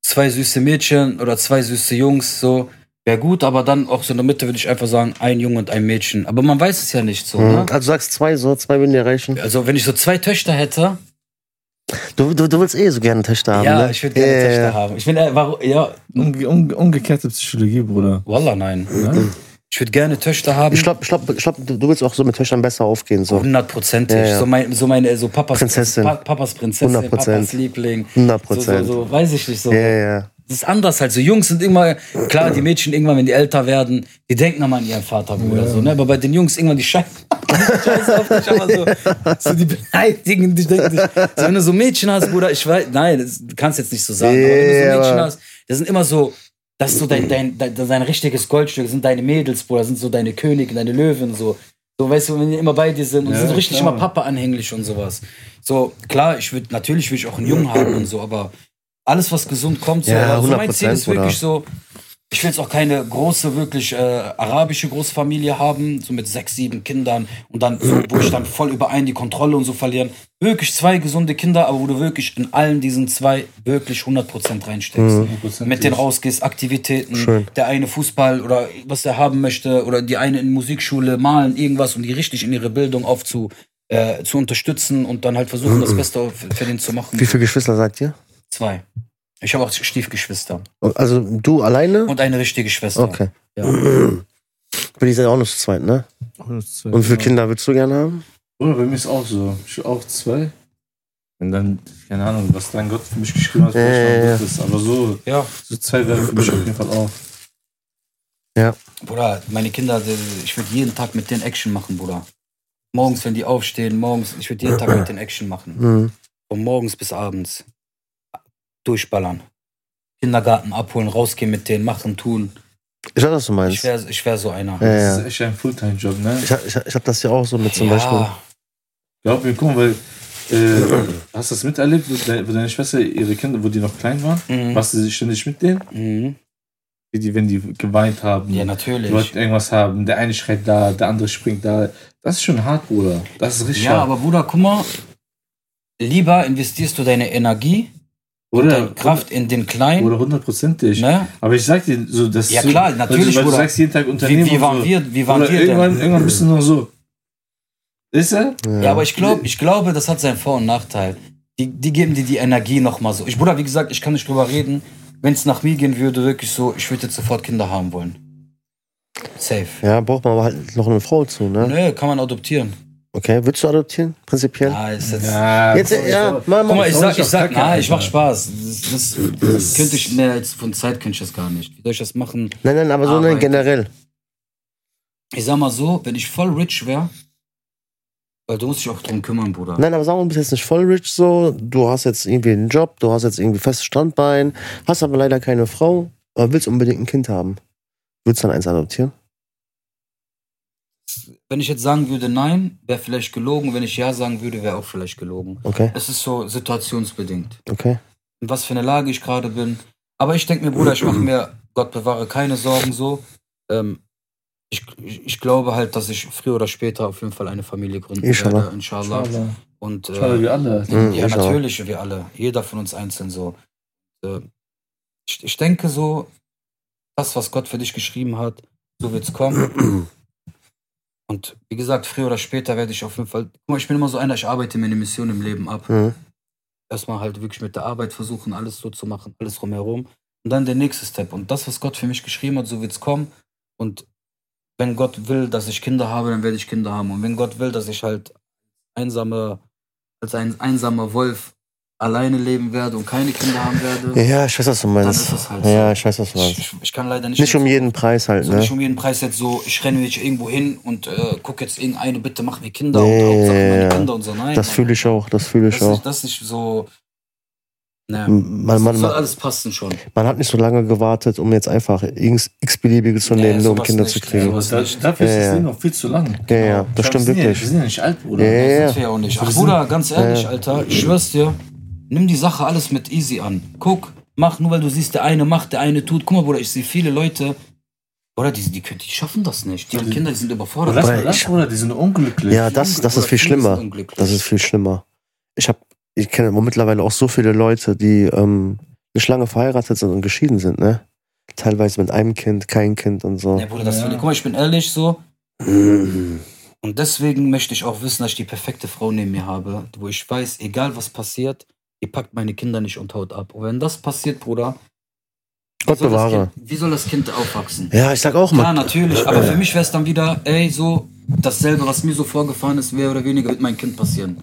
Speaker 3: Zwei süße Mädchen oder zwei süße Jungs, so. Wäre gut, aber dann auch so in der Mitte würde ich einfach sagen, ein Junge und ein Mädchen. Aber man weiß es ja nicht so,
Speaker 2: Mhm.
Speaker 3: ne?
Speaker 2: Also du sagst zwei, so zwei würden dir reichen.
Speaker 3: Also, wenn ich so zwei Töchter hätte,
Speaker 2: Du, du, du willst eh so gerne Töchter haben,
Speaker 3: ja,
Speaker 2: ne?
Speaker 3: ich würde gerne
Speaker 2: Ja, ja,
Speaker 3: Töchter
Speaker 2: ja.
Speaker 3: haben. Ich bin, äh, warum, ja,
Speaker 1: Umge um umgekehrte Psychologie, Bruder.
Speaker 3: Wallah, nein.
Speaker 2: Mhm.
Speaker 1: Ne?
Speaker 3: Ich würde gerne Töchter haben.
Speaker 2: Ich glaube, ich glaub, ich glaub, du, du willst auch so mit Töchtern besser aufgehen. So.
Speaker 3: Hundertprozentig.
Speaker 2: Ja, ja.
Speaker 3: So, mein, so meine, so Papas
Speaker 2: Prinzessin.
Speaker 3: Pa Papas Prinzessin,
Speaker 2: 100%.
Speaker 3: Papas Liebling.
Speaker 2: 100
Speaker 3: So, so,
Speaker 2: Prozent.
Speaker 3: so, weiß ich nicht so.
Speaker 2: Ja, ja.
Speaker 3: Das ist anders halt. So Jungs sind immer, klar, die Mädchen irgendwann, wenn die älter werden, die denken nochmal an ihren Vater, Bruder. So, ne? Aber bei den Jungs irgendwann, die scheißen scheißen auf dich, aber so, so die beleidigen dich, denken dich. So, wenn du so Mädchen hast, Bruder, ich weiß, nein, das kannst jetzt nicht so sagen, aber wenn du
Speaker 2: Ja,
Speaker 3: so Mädchen
Speaker 2: aber-
Speaker 3: hast, das sind immer so, das ist so dein, dein, dein, dein richtiges Goldstück, das sind deine Mädels, Bruder, das sind so deine Könige, deine Löwen, so. So, weißt du, wenn die immer bei dir sind und
Speaker 1: Ja,
Speaker 3: sind so richtig
Speaker 1: klar.
Speaker 3: immer Papa-anhänglich und sowas. So, klar, ich würde, natürlich will ich auch einen Jungen haben und so, aber alles, was gesund kommt, so,
Speaker 2: Ja,
Speaker 3: aber so mein
Speaker 2: 100%,
Speaker 3: Ziel ist
Speaker 2: Bruder.
Speaker 3: wirklich so, ich will jetzt auch keine große, wirklich äh, arabische Großfamilie haben, so mit sechs, sieben Kindern und dann, so, wo ich dann voll überein die Kontrolle und so verlieren. Wirklich zwei gesunde Kinder, aber wo du wirklich in allen diesen zwei wirklich 100% reinsteckst. Mit denen rausgehst, Aktivitäten,
Speaker 2: Mhm. Schön.
Speaker 3: der eine Fußball oder was er haben möchte oder die eine in Musikschule malen, irgendwas und die richtig in ihre Bildung aufzu äh, zu unterstützen und dann halt versuchen, das Beste für für den zu machen.
Speaker 2: Mhm. Wie viele Geschwister seid ihr?
Speaker 3: Zwei. Ich habe auch Stiefgeschwister
Speaker 2: Also du alleine?
Speaker 3: und eine richtige Schwester.
Speaker 2: Okay.
Speaker 3: Ja.
Speaker 2: Bin ich ja auch noch zu zweit, ne? Und
Speaker 1: Und
Speaker 2: wie viele Kinder würdest du gerne haben?
Speaker 1: Bruder, bei mir ist auch so. Ich hab auch zwei. Und dann, keine Ahnung, was dein Gott für mich geschrieben hat,
Speaker 2: Ja,
Speaker 1: vielleicht
Speaker 2: ja,
Speaker 1: noch gut ist. Aber so,
Speaker 3: Ja,
Speaker 1: so zwei wären für mich auf jeden Fall auch.
Speaker 3: Bruder, meine Kinder, die- ich würde jeden Tag mit denen Action machen, Bruder. Morgens, wenn die aufstehen, morgens, ich würde jeden Tag mit denen Action machen.
Speaker 2: Mhm.
Speaker 3: Von morgens bis abends. Durchballern. Kindergarten abholen, rausgehen mit denen, machen, tun.
Speaker 2: Ich weiß, was du
Speaker 3: Ich
Speaker 2: meinst.
Speaker 3: wäre ich wär so einer.
Speaker 2: Ja,
Speaker 1: Das
Speaker 2: ja.
Speaker 1: ist echt ein Fulltime-Job, ne?
Speaker 2: Ich, hab- ich, hab- ich habe das ja auch so mit zum Beispiel.
Speaker 1: Glaub mir, guck mal, weil, äh, hast du das miterlebt, wo deine, wo deine Schwester, ihre Kinder, wo die noch klein waren?
Speaker 3: Mhm.
Speaker 1: Warst du ständig mit denen?
Speaker 3: Mhm.
Speaker 1: Wie die, wenn die geweint haben,
Speaker 3: Ja,
Speaker 1: die wollten
Speaker 3: natürlich.
Speaker 1: irgendwas haben, der eine schreit da, der andere springt da. Das ist schon hart, Bruder. Das ist richtig
Speaker 3: Ja,
Speaker 1: hart.
Speaker 3: aber Bruder, guck mal, lieber investierst du deine Energie
Speaker 1: Oder
Speaker 3: Kraft in den Kleinen.
Speaker 1: Oder hundertprozentig.
Speaker 3: Ne?
Speaker 1: Aber ich sag dir so, das
Speaker 3: Ja,
Speaker 1: so,
Speaker 3: klar,
Speaker 1: weil
Speaker 3: natürlich,
Speaker 1: Du, weil du
Speaker 3: Bruder.
Speaker 1: sagst jeden Tag Unternehmen.
Speaker 3: Wie, wie
Speaker 1: und
Speaker 3: waren
Speaker 1: so.
Speaker 3: wir, wie waren
Speaker 1: Oder
Speaker 3: wir
Speaker 1: irgendwann,
Speaker 3: denn?
Speaker 1: irgendwann bist du nur so. Ist er?
Speaker 3: Ja, aber ich glaube, ich glaube, das hat seinen Vor- und Nachteil. Die, die geben dir die Energie nochmal so. Ich, Bruder, wie gesagt, ich kann nicht drüber reden. Wenn es nach mir gehen würde, wirklich so, ich würde jetzt sofort Kinder haben wollen. Safe.
Speaker 2: Ja, braucht man aber halt noch eine Frau zu, ne?
Speaker 3: Nö, kann man adoptieren.
Speaker 2: Okay, würdest du adoptieren, prinzipiell?
Speaker 3: Ah, ist jetzt.
Speaker 1: Ja,
Speaker 2: Jetzt, ja, mal,
Speaker 3: Guck mal,
Speaker 2: mal.
Speaker 3: ich
Speaker 1: Ist
Speaker 3: sag,
Speaker 1: auch
Speaker 3: ich sag,
Speaker 1: Kacke,
Speaker 3: nein, ich mach
Speaker 1: Alter.
Speaker 3: Spaß. Das, das, das könnte ich, ne, jetzt von Zeit könnte ich das gar nicht. Wie soll ich das machen?
Speaker 2: Nein, nein, aber so
Speaker 3: Ah,
Speaker 2: nein,
Speaker 3: mein-
Speaker 2: generell.
Speaker 3: Ich sag mal so, wenn ich voll rich wäre, weil du musst dich auch drum kümmern,
Speaker 1: Ne.
Speaker 3: Bruder.
Speaker 2: Nein, aber sagen wir, du bist jetzt nicht voll rich so. Du hast jetzt irgendwie einen Job, du hast jetzt irgendwie festes Standbein, hast aber leider keine Frau, aber willst unbedingt ein Kind haben. Würdest du dann eins adoptieren?
Speaker 3: Wenn ich jetzt sagen würde, nein, wäre vielleicht gelogen. Wenn ich ja sagen würde, wäre auch vielleicht gelogen.
Speaker 2: Okay,
Speaker 3: Es ist so situationsbedingt.
Speaker 2: okay.
Speaker 3: In was für eine Lage ich gerade bin. Aber ich denke mir, Bruder, ich mache mir, Gott bewahre, keine Sorgen so. Ähm, ich, ich, ich glaube halt, dass ich früher oder später auf jeden Fall eine Familie gründen
Speaker 2: Inshallah.
Speaker 3: werde. Inshallah.
Speaker 1: Schade,
Speaker 3: Und
Speaker 1: schade,
Speaker 3: äh,
Speaker 1: wir alle.
Speaker 2: Mhm,
Speaker 3: ja,
Speaker 2: ich auch.
Speaker 3: natürlich, wir alle. Jeder von uns einzeln so. Äh, ich, ich denke so, das, was Gott für dich geschrieben hat, so wird's kommen. Und wie gesagt, früher oder später werde ich auf jeden Fall. Guck mal, ich bin immer so einer, ich arbeite mir eine Mission im Leben ab.
Speaker 2: Mhm.
Speaker 3: Erstmal halt wirklich mit der Arbeit versuchen, alles so zu machen, alles rumherum. Und dann der nächste Step. Und das, was Gott für mich geschrieben hat, so wird's kommen. Und wenn Gott will, dass ich Kinder habe, dann werde ich Kinder haben. Und wenn Gott will, dass ich halt einsame, als ein einsamer Wolf alleine leben werde und keine Kinder haben werde,
Speaker 2: Ja, ich weiß, was du
Speaker 3: dann
Speaker 2: meinst.
Speaker 3: ist das halt so.
Speaker 2: Ja, ich weiß, was du
Speaker 3: ich,
Speaker 2: meinst.
Speaker 3: ich, ich kann leider nicht.
Speaker 2: Nicht um
Speaker 3: jetzt-
Speaker 2: jeden Preis halt,
Speaker 3: so
Speaker 2: ne?
Speaker 3: nicht um jeden Preis jetzt so, ich renne jetzt irgendwo hin und äh, guck jetzt irgendeine, bitte mach mir Kinder
Speaker 2: Ja,
Speaker 3: und Hauptsache
Speaker 2: ja,
Speaker 3: meine
Speaker 2: ja.
Speaker 3: Kinder und so. Nein,
Speaker 2: Das
Speaker 3: Mann.
Speaker 2: fühle ich auch, das fühle ich
Speaker 3: das
Speaker 2: auch.
Speaker 3: ist, das ist so. Ne,
Speaker 2: Man, man,
Speaker 3: das soll
Speaker 2: man,
Speaker 3: alles passen schon.
Speaker 2: man hat nicht so lange gewartet, um jetzt einfach irgends- x-beliebige zu
Speaker 3: Nee,
Speaker 2: nehmen, nur um
Speaker 3: sowas
Speaker 2: Kinder
Speaker 3: nicht,
Speaker 2: zu
Speaker 3: ja,
Speaker 2: kriegen.
Speaker 3: sowas
Speaker 1: Aber da, dafür ist
Speaker 2: Ja,
Speaker 1: das
Speaker 2: ja.
Speaker 1: Ding noch viel zu lang.
Speaker 2: Ja, ja, das
Speaker 1: Glaub, wir
Speaker 2: stimmt
Speaker 1: sind ja-
Speaker 2: wirklich.
Speaker 1: Wir sind ja nicht alt, Bruder.
Speaker 2: Ja, ja, ja.
Speaker 3: Das ja auch nicht. Ach
Speaker 1: Wir
Speaker 3: Bruder, ganz ehrlich,
Speaker 2: Ja.
Speaker 3: Alter, ich schwör's dir, nimm die Sache alles mit easy an. Guck, mach nur, weil du siehst, der eine macht, der eine tut. Guck mal, Bruder, ich sehe viele Leute, Bruder, die, die, können- die schaffen Also das nicht. Die
Speaker 1: Ja, die-
Speaker 3: Kinder, die sind
Speaker 1: Aber
Speaker 3: überfordert.
Speaker 1: lass
Speaker 2: Aber
Speaker 1: mal das,
Speaker 2: ich-
Speaker 1: Bruder, die sind unglücklich.
Speaker 2: Ja, das, das ist
Speaker 3: Oder
Speaker 2: viel
Speaker 3: viele sind
Speaker 2: schlimmer.
Speaker 3: unglücklich.
Speaker 2: Das ist viel schlimmer. Ich habe, ich kenne mittlerweile auch so viele Leute, die ähm, nicht lange verheiratet sind und geschieden sind, ne? Teilweise mit einem Kind, kein Kind und so.
Speaker 3: Ja, Bruder, das
Speaker 1: Ja.
Speaker 3: will ich. Guck mal, ich bin ehrlich so.
Speaker 2: Mhm.
Speaker 3: Und deswegen möchte ich auch wissen, dass ich die perfekte Frau neben mir habe, wo ich weiß, egal was passiert, die packt meine Kinder nicht und haut ab. Und wenn das passiert, Bruder, wie
Speaker 2: Gott
Speaker 3: soll das
Speaker 2: bewahre.
Speaker 3: Kind- wie soll das Kind aufwachsen?
Speaker 2: Ja, ich sag auch
Speaker 3: Klar,
Speaker 2: mal.
Speaker 3: natürlich, aber für mich wäre es dann wieder, ey, so dasselbe, was mir so vorgefahren ist, mehr oder weniger mit meinem Kind passieren.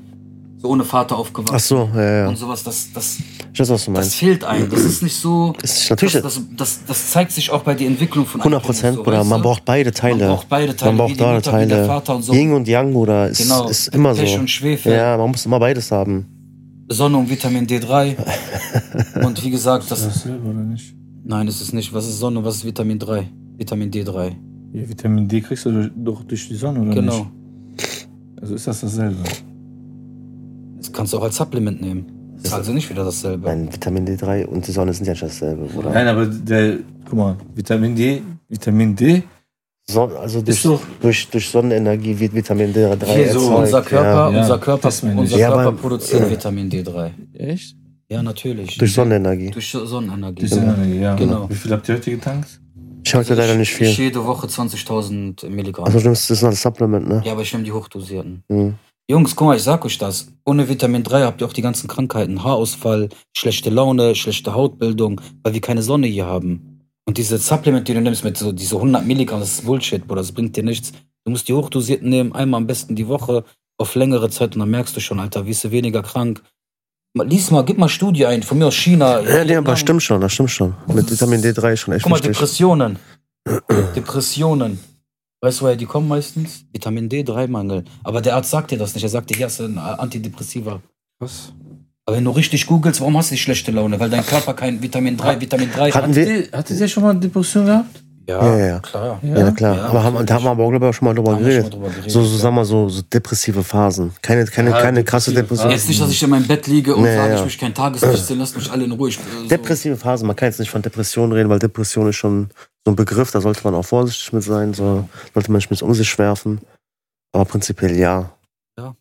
Speaker 3: So ohne Vater aufgewachsen
Speaker 2: Ach so, ja, ja.
Speaker 3: und sowas, das, das,
Speaker 2: Ich weiß, was du
Speaker 3: das
Speaker 2: meinst.
Speaker 3: fehlt einem. Das ist nicht so.
Speaker 2: Das ist natürlich
Speaker 3: Das, das, das, das zeigt sich auch bei der Entwicklung von einem
Speaker 2: 100 Prozent,
Speaker 3: Kind, so,
Speaker 2: Bruder.
Speaker 3: weißt
Speaker 2: Man
Speaker 3: du?
Speaker 2: braucht beide Teile.
Speaker 3: Man braucht beide Teile,
Speaker 2: Man
Speaker 3: wie
Speaker 2: braucht
Speaker 3: die
Speaker 2: beide
Speaker 3: Mutter, wie der
Speaker 2: Teile.
Speaker 3: Vater und so.
Speaker 2: Yin und Yang, Bruder, ist,
Speaker 3: Genau,
Speaker 2: ist immer
Speaker 3: Pech
Speaker 2: so.
Speaker 3: und Schwefel.
Speaker 2: Ja, man muss immer beides haben.
Speaker 3: Sonne und Vitamin D3. und wie gesagt, das ist.
Speaker 1: Das selber oder nicht?
Speaker 3: Nein, es ist nicht. Was ist Sonne? Was ist Vitamin 3? Vitamin D3.
Speaker 1: Ja, Vitamin D kriegst du durch- doch durch die Sonne, oder
Speaker 3: genau.
Speaker 1: nicht? Also ist das dasselbe.
Speaker 3: Das kannst du auch als Supplement nehmen. Ist also nicht wieder dasselbe.
Speaker 2: Nein, Vitamin D3 und die Sonne sind ja nicht dasselbe, Bruder.
Speaker 1: Nein, aber der, guck mal, Vitamin D, Vitamin D,
Speaker 2: So, also durch,
Speaker 1: doch-
Speaker 2: durch, durch Sonnenenergie wird Vitamin D3
Speaker 3: Hier so
Speaker 2: erzeugt.
Speaker 3: unser Körper,
Speaker 1: ja.
Speaker 3: unser
Speaker 1: Ja,
Speaker 3: Körper,
Speaker 1: das meine ich.
Speaker 3: unser
Speaker 2: Ja,
Speaker 3: Körper
Speaker 2: aber-
Speaker 3: produziert
Speaker 2: ja.
Speaker 3: Vitamin D3.
Speaker 1: Echt?
Speaker 3: Ja, natürlich.
Speaker 2: Ja, durch Sonnenenergie.
Speaker 3: Durch Sonnenenergie.
Speaker 1: Die Sonne, ja.
Speaker 3: Genau.
Speaker 1: Wie viel habt ihr heute getankt?
Speaker 2: Ich habe heute leider nicht
Speaker 3: Ich- Ich
Speaker 2: viel.
Speaker 3: jede Woche 20.000 Milligramm.
Speaker 2: Also du nimmst das ist noch ein Supplement, ne?
Speaker 3: ja, aber ich nehme die hochdosierten.
Speaker 2: Mhm.
Speaker 3: Jungs, guck mal, ich sag euch das. Ohne Vitamin 3 habt ihr auch die ganzen Krankheiten. Haarausfall, schlechte Laune, schlechte Hautbildung, weil wir keine Sonne hier haben. Und diese Supplement, die du nimmst mit so diese 100 Milligramm, das ist Bullshit, Bruder, das bringt dir nichts. Du musst die hochdosierten nehmen, einmal am besten die Woche, auf längere Zeit und dann merkst du schon, Alter, wirst du weniger krank. Mal- Lies mal, gib mal Studie ein, von mir aus China.
Speaker 2: Ja, nee, aber
Speaker 3: Vietnam.
Speaker 2: stimmt schon, das stimmt schon. Mit Vitamin D3 ist schon echt
Speaker 3: Guck mal,
Speaker 2: wichtig.
Speaker 3: Depressionen. Depressionen. Weißt du, woher die kommen meistens? Vitamin D3-Mangel. Aber der Arzt sagt dir das nicht. Er sagt dir, hier hast du ein Antidepressiva.
Speaker 1: Was?
Speaker 3: Aber wenn du richtig googelst, warum hast du die schlechte Laune? Weil dein Körper kein Vitamin 3, Vitamin 3
Speaker 2: Hatten wir-
Speaker 1: Hattet ihr schon mal Depression gehabt?
Speaker 2: Ja, ja, ja.
Speaker 3: klar.
Speaker 2: Ja, na klar.
Speaker 3: Ja,
Speaker 2: aber haben, da haben wir aber, glaube ich, auch schon mal drüber
Speaker 3: Haben wir schon mal
Speaker 2: geredet.
Speaker 3: drüber geredet,
Speaker 2: So, so sagen wir so, so depressive Phasen. Keine, keine,
Speaker 1: Ja,
Speaker 2: keine krasse
Speaker 1: depressive
Speaker 2: Depression.
Speaker 3: Jetzt nicht, dass ich in meinem Bett liege und
Speaker 2: Nee,
Speaker 3: sage,
Speaker 2: ja.
Speaker 3: ich möchte kein Tageslicht sehen, lasst mich alle in Ruhe. Ich, äh, so.
Speaker 2: Depressive Phasen, man kann jetzt nicht von Depression reden, weil Depression ist schon so ein Begriff, da sollte man auch vorsichtig mit sein, so, sollte man nicht mit um sich werfen. Aber prinzipiell ja.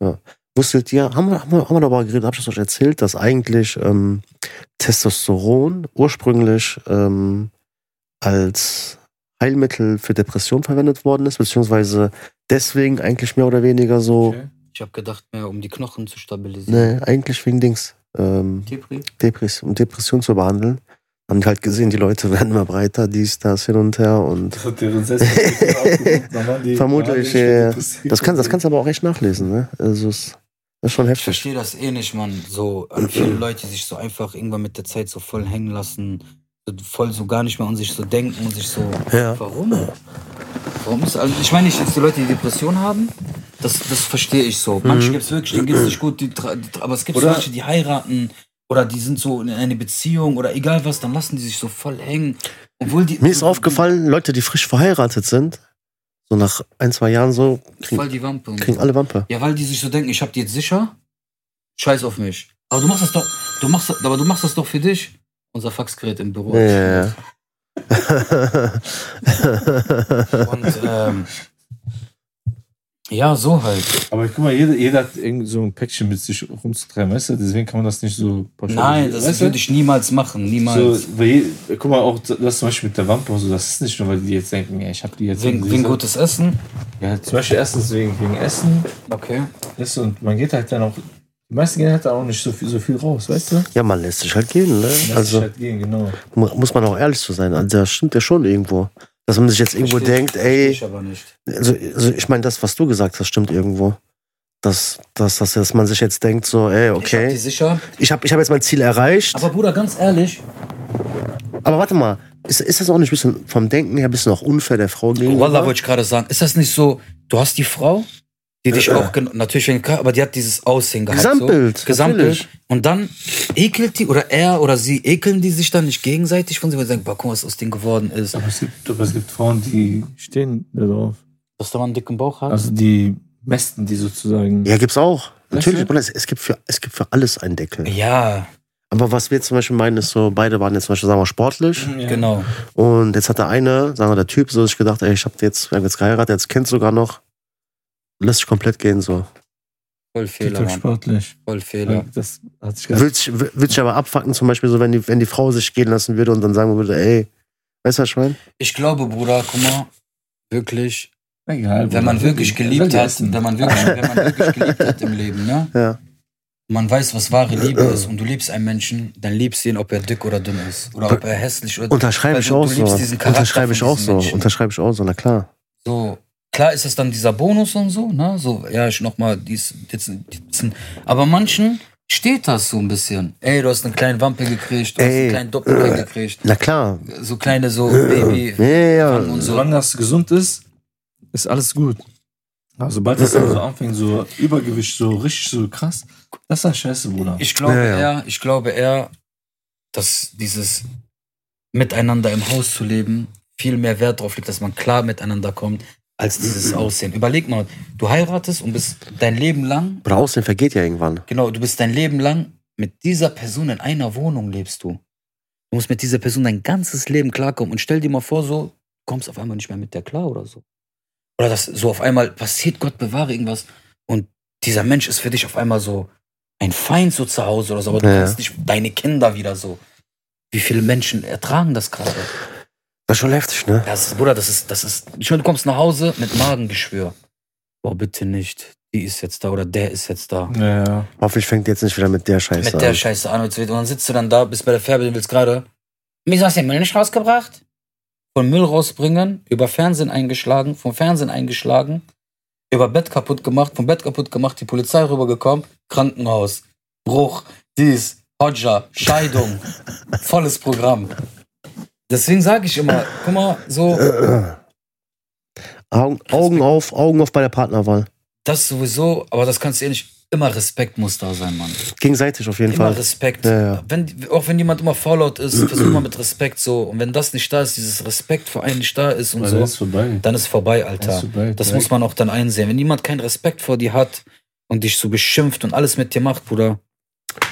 Speaker 3: Ja.
Speaker 2: Wusstet ihr, haben wir, haben wir, haben wir darüber geredet, hab ich das euch erzählt, dass eigentlich ähm, Testosteron ursprünglich ähm, als Heilmittel für Depression verwendet worden ist, beziehungsweise deswegen eigentlich mehr oder weniger so,
Speaker 1: Okay.
Speaker 3: Ich habe gedacht, mehr um die Knochen zu stabilisieren.
Speaker 2: ne, eigentlich wegen Dings, ähm,
Speaker 3: Depri?
Speaker 2: Depres um Depression zu behandeln. Haben die halt gesehen, die Leute werden immer breiter, dies, das, hin und her und
Speaker 1: Das hat deren Selbstbewusstsein aufgebaut, dann waren die-
Speaker 2: Vermutlich,
Speaker 1: dann waren die schon
Speaker 2: ja.
Speaker 1: depressiv.
Speaker 2: das, kann, das kannst du aber auch echt nachlesen, ne? Also es das ist schon
Speaker 6: Ich
Speaker 2: heftig.
Speaker 6: verstehe das eh nicht, Mann. So,
Speaker 3: äh,
Speaker 6: an viele Leute die sich so einfach irgendwann mit der Zeit so voll hängen lassen, so voll so gar nicht mehr an sich so denken und sich so.
Speaker 2: Ja.
Speaker 6: Warum? Warum ist also ich meine nicht jetzt die Leute, die Depressionen haben, das, das verstehe ich so.
Speaker 2: Mhm.
Speaker 6: Manche gibt es wirklich, denen geht es nicht gut, die, tra- die, tra- aber es gibt
Speaker 1: Oder-
Speaker 6: solche, die heiraten oder die sind so in einer Beziehung oder egal was, dann lassen die sich so voll hängen. Obwohl die
Speaker 2: Mir ist aufgefallen, Leute, die frisch verheiratet sind, so nach ein, zwei Jahren so, kriegen,
Speaker 6: voll die Wampe. und
Speaker 2: kriegen alle Wampe.
Speaker 6: Ja, weil die sich so denken, ich hab die jetzt sicher, scheiß auf mich. Aber du machst das doch, du machst, aber du machst das doch für dich. Unser Faxgerät im Büro.
Speaker 2: Ja.
Speaker 6: Und ähm, ja, so halt.
Speaker 1: Aber guck mal, jeder, jeder hat irgendwie so ein Päckchen mit sich rumzutreiben, weißt du? Deswegen kann man das nicht so
Speaker 6: Nein, das
Speaker 1: weißt du?
Speaker 6: würde ich niemals machen, niemals.
Speaker 1: so, weil, je- guck mal, auch das zum Beispiel mit der Wampe und so, das ist nicht nur, weil die jetzt denken, ja, ich habe die jetzt.
Speaker 6: wegen, wegen gutes Essen.
Speaker 1: Ja, zum Beispiel erstens wegen, wegen Essen.
Speaker 6: Okay.
Speaker 1: Weißt du, und man geht halt dann auch. Die meisten gehen halt dann auch nicht so viel, so viel raus, weißt du?
Speaker 2: ja, man lässt sich halt gehen, ne?
Speaker 1: Lässt sich
Speaker 2: Also
Speaker 1: halt gehen, genau.
Speaker 2: mu- muss man auch ehrlich zu sein. Also das stimmt ja schon irgendwo. Dass man sich jetzt irgendwo
Speaker 6: Verstehe-
Speaker 2: denkt,
Speaker 6: verstehe
Speaker 2: ey,
Speaker 6: Ich aber nicht.
Speaker 2: also, also ich meine, das, was du gesagt hast, stimmt irgendwo. Dass, dass, dass, dass man sich jetzt denkt, so, ey,
Speaker 6: Ich hab die
Speaker 2: okay,
Speaker 6: sicher.
Speaker 2: ich habe ich hab jetzt mein Ziel erreicht.
Speaker 6: Aber Bruder, ganz ehrlich,
Speaker 2: Aber warte mal, ist, ist das auch nicht ein bisschen vom Denken her ein bisschen auch unfair der Frau gegenüber?
Speaker 3: Wallah wollte ich gerade sagen, ist das nicht so, du hast die Frau, die
Speaker 2: Äh,
Speaker 3: dich auch, gen- natürlich, wegen Kra- aber die hat dieses Aussehen gehabt.
Speaker 2: Gesamtbild,
Speaker 3: halt So, Gesamtbild.
Speaker 2: natürlich.
Speaker 3: Und dann ekelt die, oder er oder sie, ekeln die sich dann nicht gegenseitig von sich, weil sie sagen, boah, guck mal, was aus denen geworden ist.
Speaker 1: Aber es gibt, aber es gibt Frauen, die stehen da drauf.
Speaker 3: Dass da man einen dicken Bauch hat.
Speaker 1: Also die mästen die sozusagen.
Speaker 2: Ja, gibt's auch.
Speaker 1: Weißt du?
Speaker 2: Natürlich, Bruder, es, es, gibt für, es gibt für alles einen Deckel.
Speaker 3: ja,
Speaker 2: Aber was wir zum Beispiel meinen, ist so, beide waren jetzt zum Beispiel, sagen wir, mal, sportlich.
Speaker 1: Mhm.
Speaker 3: genau.
Speaker 2: Und jetzt hat der eine, sagen wir, der Typ, so sich gedacht, ey, ich hab jetzt, wir haben jetzt geheiratet, jetzt Kind sogar noch. Lässt sich komplett gehen, so.
Speaker 3: Voll Fehler,
Speaker 1: TikTok
Speaker 3: Mann.
Speaker 1: sportlich.
Speaker 3: Voll Fehler.
Speaker 1: Das hat sich
Speaker 2: Will sich, will will sich aber abfacken, zum Beispiel, so, wenn die, wenn die Frau sich gehen lassen würde und dann sagen würde, ey, weißt du, was ich meine?
Speaker 3: Ich glaube, Bruder, guck mal, wirklich,
Speaker 1: Egal,
Speaker 3: wenn man
Speaker 1: Bruder,
Speaker 3: wirklich
Speaker 1: die- soll
Speaker 3: geliebt
Speaker 1: die
Speaker 3: hat,
Speaker 1: essen.
Speaker 3: wenn man wirklich, wenn man wirklich geliebt hat im Leben, ne?
Speaker 2: Ja.
Speaker 3: man weiß, was wahre Liebe ist und du liebst einen Menschen, dann liebst du ihn, ob er dick oder dünn ist. Oder ob er hässlich oder
Speaker 2: Unterschreibe
Speaker 3: Weil
Speaker 2: ich
Speaker 3: du-
Speaker 2: auch
Speaker 3: du
Speaker 2: so.
Speaker 3: liebst diesen Charakter
Speaker 2: Unterschreibe ich
Speaker 3: von
Speaker 2: auch
Speaker 3: diesem
Speaker 2: so.
Speaker 3: Menschen.
Speaker 2: Unterschreibe ich auch so, na klar.
Speaker 3: so. Klar ist es dann dieser Bonus und so, ne? So, ja, ich nochmal, dies, dies, dies. Aber manchen steht das so ein bisschen. Ey, du hast einen kleinen Wampel gekriegt, du hast
Speaker 2: Ey.
Speaker 3: einen kleinen Doppelpack gekriegt.
Speaker 2: Na klar.
Speaker 3: So kleine, so Baby.
Speaker 2: Ja, ja,
Speaker 3: und
Speaker 2: ja.
Speaker 3: so.
Speaker 1: Solange das gesund ist, ist alles gut. Aber sobald das dann so anfängt, so Übergewicht, so richtig so krass, das ist dann scheiße, Bruder.
Speaker 3: Ich glaube
Speaker 2: Ja, ja.
Speaker 3: eher, ich glaube eher, dass dieses Miteinander im Haus zu leben viel mehr Wert drauf liegt, dass man klar miteinander kommt, als dieses Aussehen. Überleg mal, du heiratest und bist dein Leben lang,
Speaker 2: Oder Aussehen vergeht ja irgendwann.
Speaker 3: genau, du bist dein Leben lang mit dieser Person in einer Wohnung lebst du. Du musst mit dieser Person dein ganzes Leben klarkommen und stell dir mal vor, so du kommst auf einmal nicht mehr mit der klar oder so. Oder dass so auf einmal passiert, Gott bewahre irgendwas und dieser Mensch ist für dich auf einmal so ein Feind so zu Hause oder so, aber du
Speaker 2: Ja.
Speaker 3: kannst nicht deine Kinder wieder so. Wie viele Menschen ertragen das gerade?
Speaker 2: Das ist schon heftig, ne?
Speaker 3: Das ist, Bruder, das ist, das ist, schon du kommst nach Hause mit Magengeschwür. Boah, bitte nicht. Die ist jetzt da oder der ist jetzt da.
Speaker 1: Ja,
Speaker 2: Hoffentlich fängt die jetzt nicht wieder mit der Scheiße
Speaker 3: Mit der
Speaker 2: an.
Speaker 3: Scheiße an und so weiter. Und dann sitzt du dann da, bist bei der Färbe, du willst gerade. Wieso hast du den Müll nicht rausgebracht? Von Müll rausbringen, über Fernsehen eingeschlagen, vom Fernsehen eingeschlagen, über Bett kaputt gemacht, vom Bett kaputt gemacht, die Polizei rübergekommen, Krankenhaus, Bruch, dies, Hodja, Scheidung, volles Programm. Deswegen sage ich immer, guck mal, so,
Speaker 2: Äh, Augen, Augen auf, Augen auf bei der Partnerwahl.
Speaker 3: das sowieso, aber das kannst du eh nicht. Immer Respekt muss da sein, Mann.
Speaker 2: Gegenseitig auf jeden
Speaker 3: Immer
Speaker 2: Fall.
Speaker 3: Respekt.
Speaker 2: Ja, ja.
Speaker 3: Wenn, auch wenn jemand immer Fallout ist, versuch mal mit Respekt so. Und wenn das nicht da ist, dieses Respekt vor einen nicht da ist und
Speaker 1: weil
Speaker 3: so,
Speaker 1: das ist vorbei.
Speaker 3: dann ist vorbei,
Speaker 1: Das ist
Speaker 3: Alter.
Speaker 1: vorbei.
Speaker 3: Das muss man auch dann einsehen. Wenn jemand keinen Respekt vor dir hat und dich so beschimpft und alles mit dir macht, Bruder,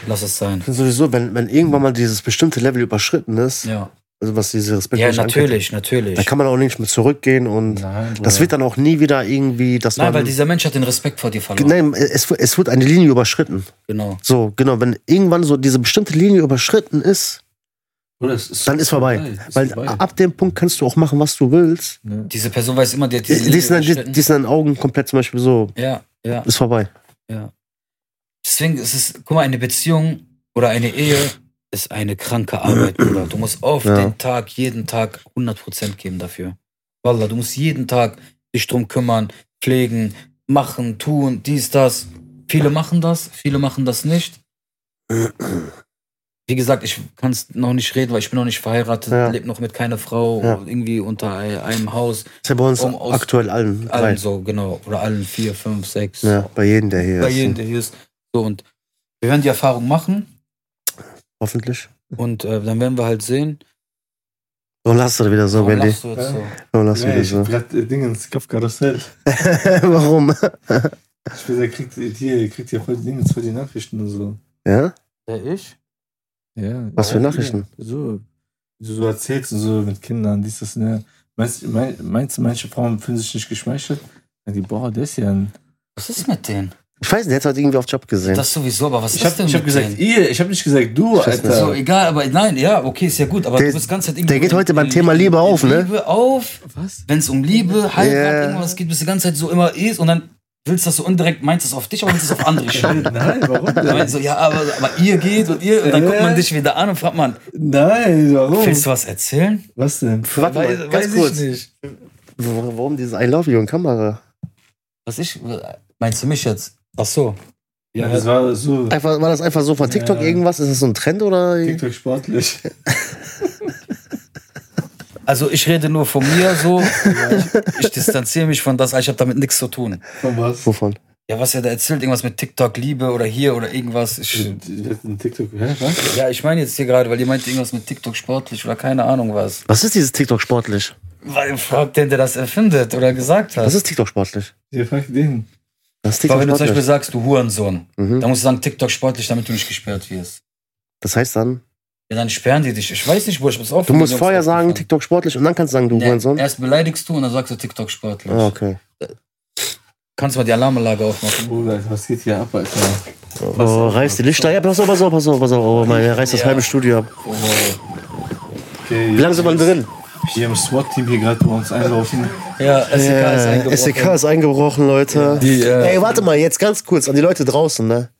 Speaker 3: lass es sein.
Speaker 2: Ich finde sowieso, wenn, wenn irgendwann mal dieses bestimmte Level überschritten ist,
Speaker 3: Ja.
Speaker 2: Also was diese Respekt
Speaker 3: Ja, natürlich, natürlich.
Speaker 2: Da kann man auch nicht mehr zurückgehen und
Speaker 1: Nein,
Speaker 2: das wird dann auch nie wieder irgendwie, dass
Speaker 3: Nein, weil
Speaker 2: man.
Speaker 3: dieser Mensch hat den Respekt vor dir verloren.
Speaker 2: Nein, es, es wird eine Linie überschritten.
Speaker 3: Genau.
Speaker 2: So, genau, wenn irgendwann so diese bestimmte Linie überschritten ist,
Speaker 1: Bruder, es ist
Speaker 2: dann ist vorbei.
Speaker 1: Ist
Speaker 2: Weil
Speaker 3: Ah,
Speaker 1: vorbei.
Speaker 2: ab dem Punkt kannst du auch machen, was du willst.
Speaker 3: Diese Person weiß immer, die hat
Speaker 2: Die,
Speaker 3: diese
Speaker 2: Äh, die, sind, dann- die,
Speaker 3: überschritten.
Speaker 2: die sind dann Augen komplett zum Beispiel so,
Speaker 3: Ja, ja.
Speaker 2: ist vorbei.
Speaker 3: Deswegen ist es, guck mal, eine Beziehung oder eine Ehe ist eine kranke Arbeit, Bruder. Du musst auf
Speaker 2: Ja.
Speaker 3: den Tag, jeden Tag 100% geben dafür. Wallah, du musst jeden Tag dich drum kümmern, pflegen, machen, tun, dies, das. Viele machen das, viele machen das nicht. Wie gesagt, ich kann es noch nicht reden, weil ich bin noch nicht verheiratet,
Speaker 2: Ja.
Speaker 3: lebe noch mit keiner Frau,
Speaker 2: Ja.
Speaker 3: irgendwie unter einem Haus.
Speaker 2: ist ja bei uns
Speaker 3: Um aus-
Speaker 2: aktuell allen. drei.
Speaker 3: Allen so, genau. Oder allen vier, fünf, sechs
Speaker 2: Ja, bei jedem, der hier
Speaker 3: bei
Speaker 2: ist.
Speaker 3: jedem, der hier ist. So, und wir werden die Erfahrung machen
Speaker 2: Hoffentlich.
Speaker 3: und äh, dann werden wir halt sehen.
Speaker 2: Warum lachst du da wieder so,
Speaker 3: Warum
Speaker 2: Benny?
Speaker 3: lachst du jetzt so?
Speaker 2: Warum lachst du
Speaker 1: Nee,
Speaker 2: wieder
Speaker 1: ich
Speaker 2: so?
Speaker 1: hab grad äh, Dingens, Kaffkarussell.
Speaker 2: Warum?
Speaker 1: Ich will, kriegt hier, kriegt hier voll die Dingens, voll die Nachrichten und so.
Speaker 2: Ja?
Speaker 3: Der ich?
Speaker 1: Ja.
Speaker 2: Was für
Speaker 1: Ja,
Speaker 2: Nachrichten?
Speaker 1: ja. So, wie du so erzählst und so mit Kindern, dies, das, ne. Meinst, mein, meinst du, manche Frauen fühlen sich nicht geschmeichelt? Ja, die, boah, der ist ja ein.
Speaker 3: Was ist mit denen?
Speaker 2: Ich weiß nicht, der hat heute irgendwie auf Job gesehen.
Speaker 3: Das sowieso, aber was
Speaker 1: Ich
Speaker 3: ist
Speaker 1: hab,
Speaker 3: denn
Speaker 1: ich hab
Speaker 3: mit
Speaker 1: gesagt,
Speaker 3: denen?
Speaker 1: ihr, ich hab nicht gesagt, du,
Speaker 2: weiß
Speaker 1: Alter.
Speaker 2: nicht.
Speaker 3: So, egal, aber nein, ja, okay, ist ja gut, aber
Speaker 2: Der-
Speaker 3: du bist ganz halt
Speaker 2: der geht heute beim Thema Liebe auf, ne?
Speaker 3: Liebe auf,
Speaker 1: was?
Speaker 3: wenn es um Liebe, Heirat,
Speaker 2: Ja.
Speaker 3: irgendwas geht, bist du die ganze Zeit so immer ist und dann willst du das so indirekt, meinst es auf dich, aber willst es auf andere schieben.
Speaker 1: Nein, warum
Speaker 3: Dann
Speaker 1: denn?
Speaker 3: meinst du, ja, aber, aber ihr geht und ihr, und dann
Speaker 1: Ja.
Speaker 3: guckt man dich wieder an und fragt man,
Speaker 1: Nein, warum?
Speaker 3: willst du was erzählen?
Speaker 1: Was denn?
Speaker 2: Warte mal, ganz
Speaker 1: ich
Speaker 2: kurz.
Speaker 1: nicht.
Speaker 2: Warum warum dieses I love you in Kamera?
Speaker 3: Was ich, meinst du mich jetzt? Ach so.
Speaker 1: Ja, das war so
Speaker 2: Einfach, war das einfach so von TikTok
Speaker 1: Ja.
Speaker 2: irgendwas? Ist das so ein Trend oder?
Speaker 1: TikTok sportlich.
Speaker 3: Also ich rede nur von mir so. Ich, ich distanziere mich von das. Ich habe damit nichts zu tun.
Speaker 1: Von was?
Speaker 2: Wovon?
Speaker 3: Ja, was er da erzählt, irgendwas mit TikTok Liebe oder hier oder irgendwas. Ich, ne?
Speaker 1: Ein TikTok, hä, was?
Speaker 3: ja, ich meine jetzt hier gerade, weil ihr meint irgendwas mit TikTok sportlich oder keine Ahnung was.
Speaker 2: Was ist dieses TikTok sportlich?
Speaker 3: Weil fragt den, der das erfindet oder gesagt hat.
Speaker 2: Was ist TikTok sportlich?
Speaker 1: Ihr fragt den.
Speaker 2: Das ist
Speaker 3: Weil
Speaker 2: TikTok
Speaker 3: wenn du zum Beispiel
Speaker 2: sportlich.
Speaker 3: sagst, du Hurensohn,
Speaker 2: Mhm.
Speaker 3: dann musst du sagen TikTok sportlich, damit du nicht gesperrt wirst.
Speaker 2: Das heißt dann,
Speaker 3: Ja, dann sperren die dich. Ich weiß nicht, wo ich das auch.
Speaker 2: du musst vorher sagen TikTok sportlich und dann kannst du sagen, du Hurensohn.
Speaker 3: Erst beleidigst du und dann sagst du TikTok sportlich.
Speaker 2: Ah, okay.
Speaker 3: Kannst du mal die Alarmanlage aufmachen?
Speaker 1: Bruder, was geht hier ab, Alter?
Speaker 2: Oh, reiß die Lichter. Ja, pass auf, pass auf, pass auf, pass auf. Oh, mein, er reißt das
Speaker 3: Ja.
Speaker 2: halbe Studio ab.
Speaker 1: Okay,
Speaker 2: Wie lange sind wir drin?
Speaker 1: Hier im SWAT-Team hier gerade bei uns einlaufen.
Speaker 3: Ja, SEK E ist
Speaker 2: Äh,
Speaker 3: eingebrochen.
Speaker 2: SDK ist eingebrochen, Leute.
Speaker 3: Die, äh,
Speaker 2: Ey, warte mal, jetzt ganz kurz an die Leute draußen, ne?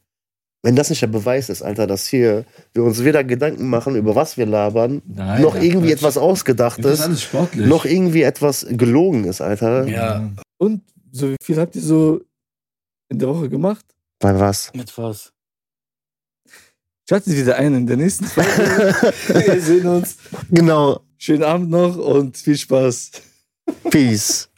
Speaker 2: Wenn das nicht der Beweis ist, Alter, dass hier wir uns weder Gedanken machen, über was wir labern,
Speaker 1: Nein,
Speaker 2: noch
Speaker 1: ja,
Speaker 2: irgendwie
Speaker 1: Quatsch.
Speaker 2: etwas ausgedacht
Speaker 1: Das ist
Speaker 2: ist,
Speaker 1: alles sportlich.
Speaker 2: noch irgendwie etwas gelogen ist, Alter.
Speaker 3: Ja.
Speaker 1: Und so wie viel habt ihr so in der Woche gemacht?
Speaker 2: Bei was?
Speaker 3: Mit was?
Speaker 1: Schaltet wieder ein in der nächsten Folge. wir sehen uns.
Speaker 2: Genau.
Speaker 1: Schönen Abend noch und viel Spaß.
Speaker 2: Peace.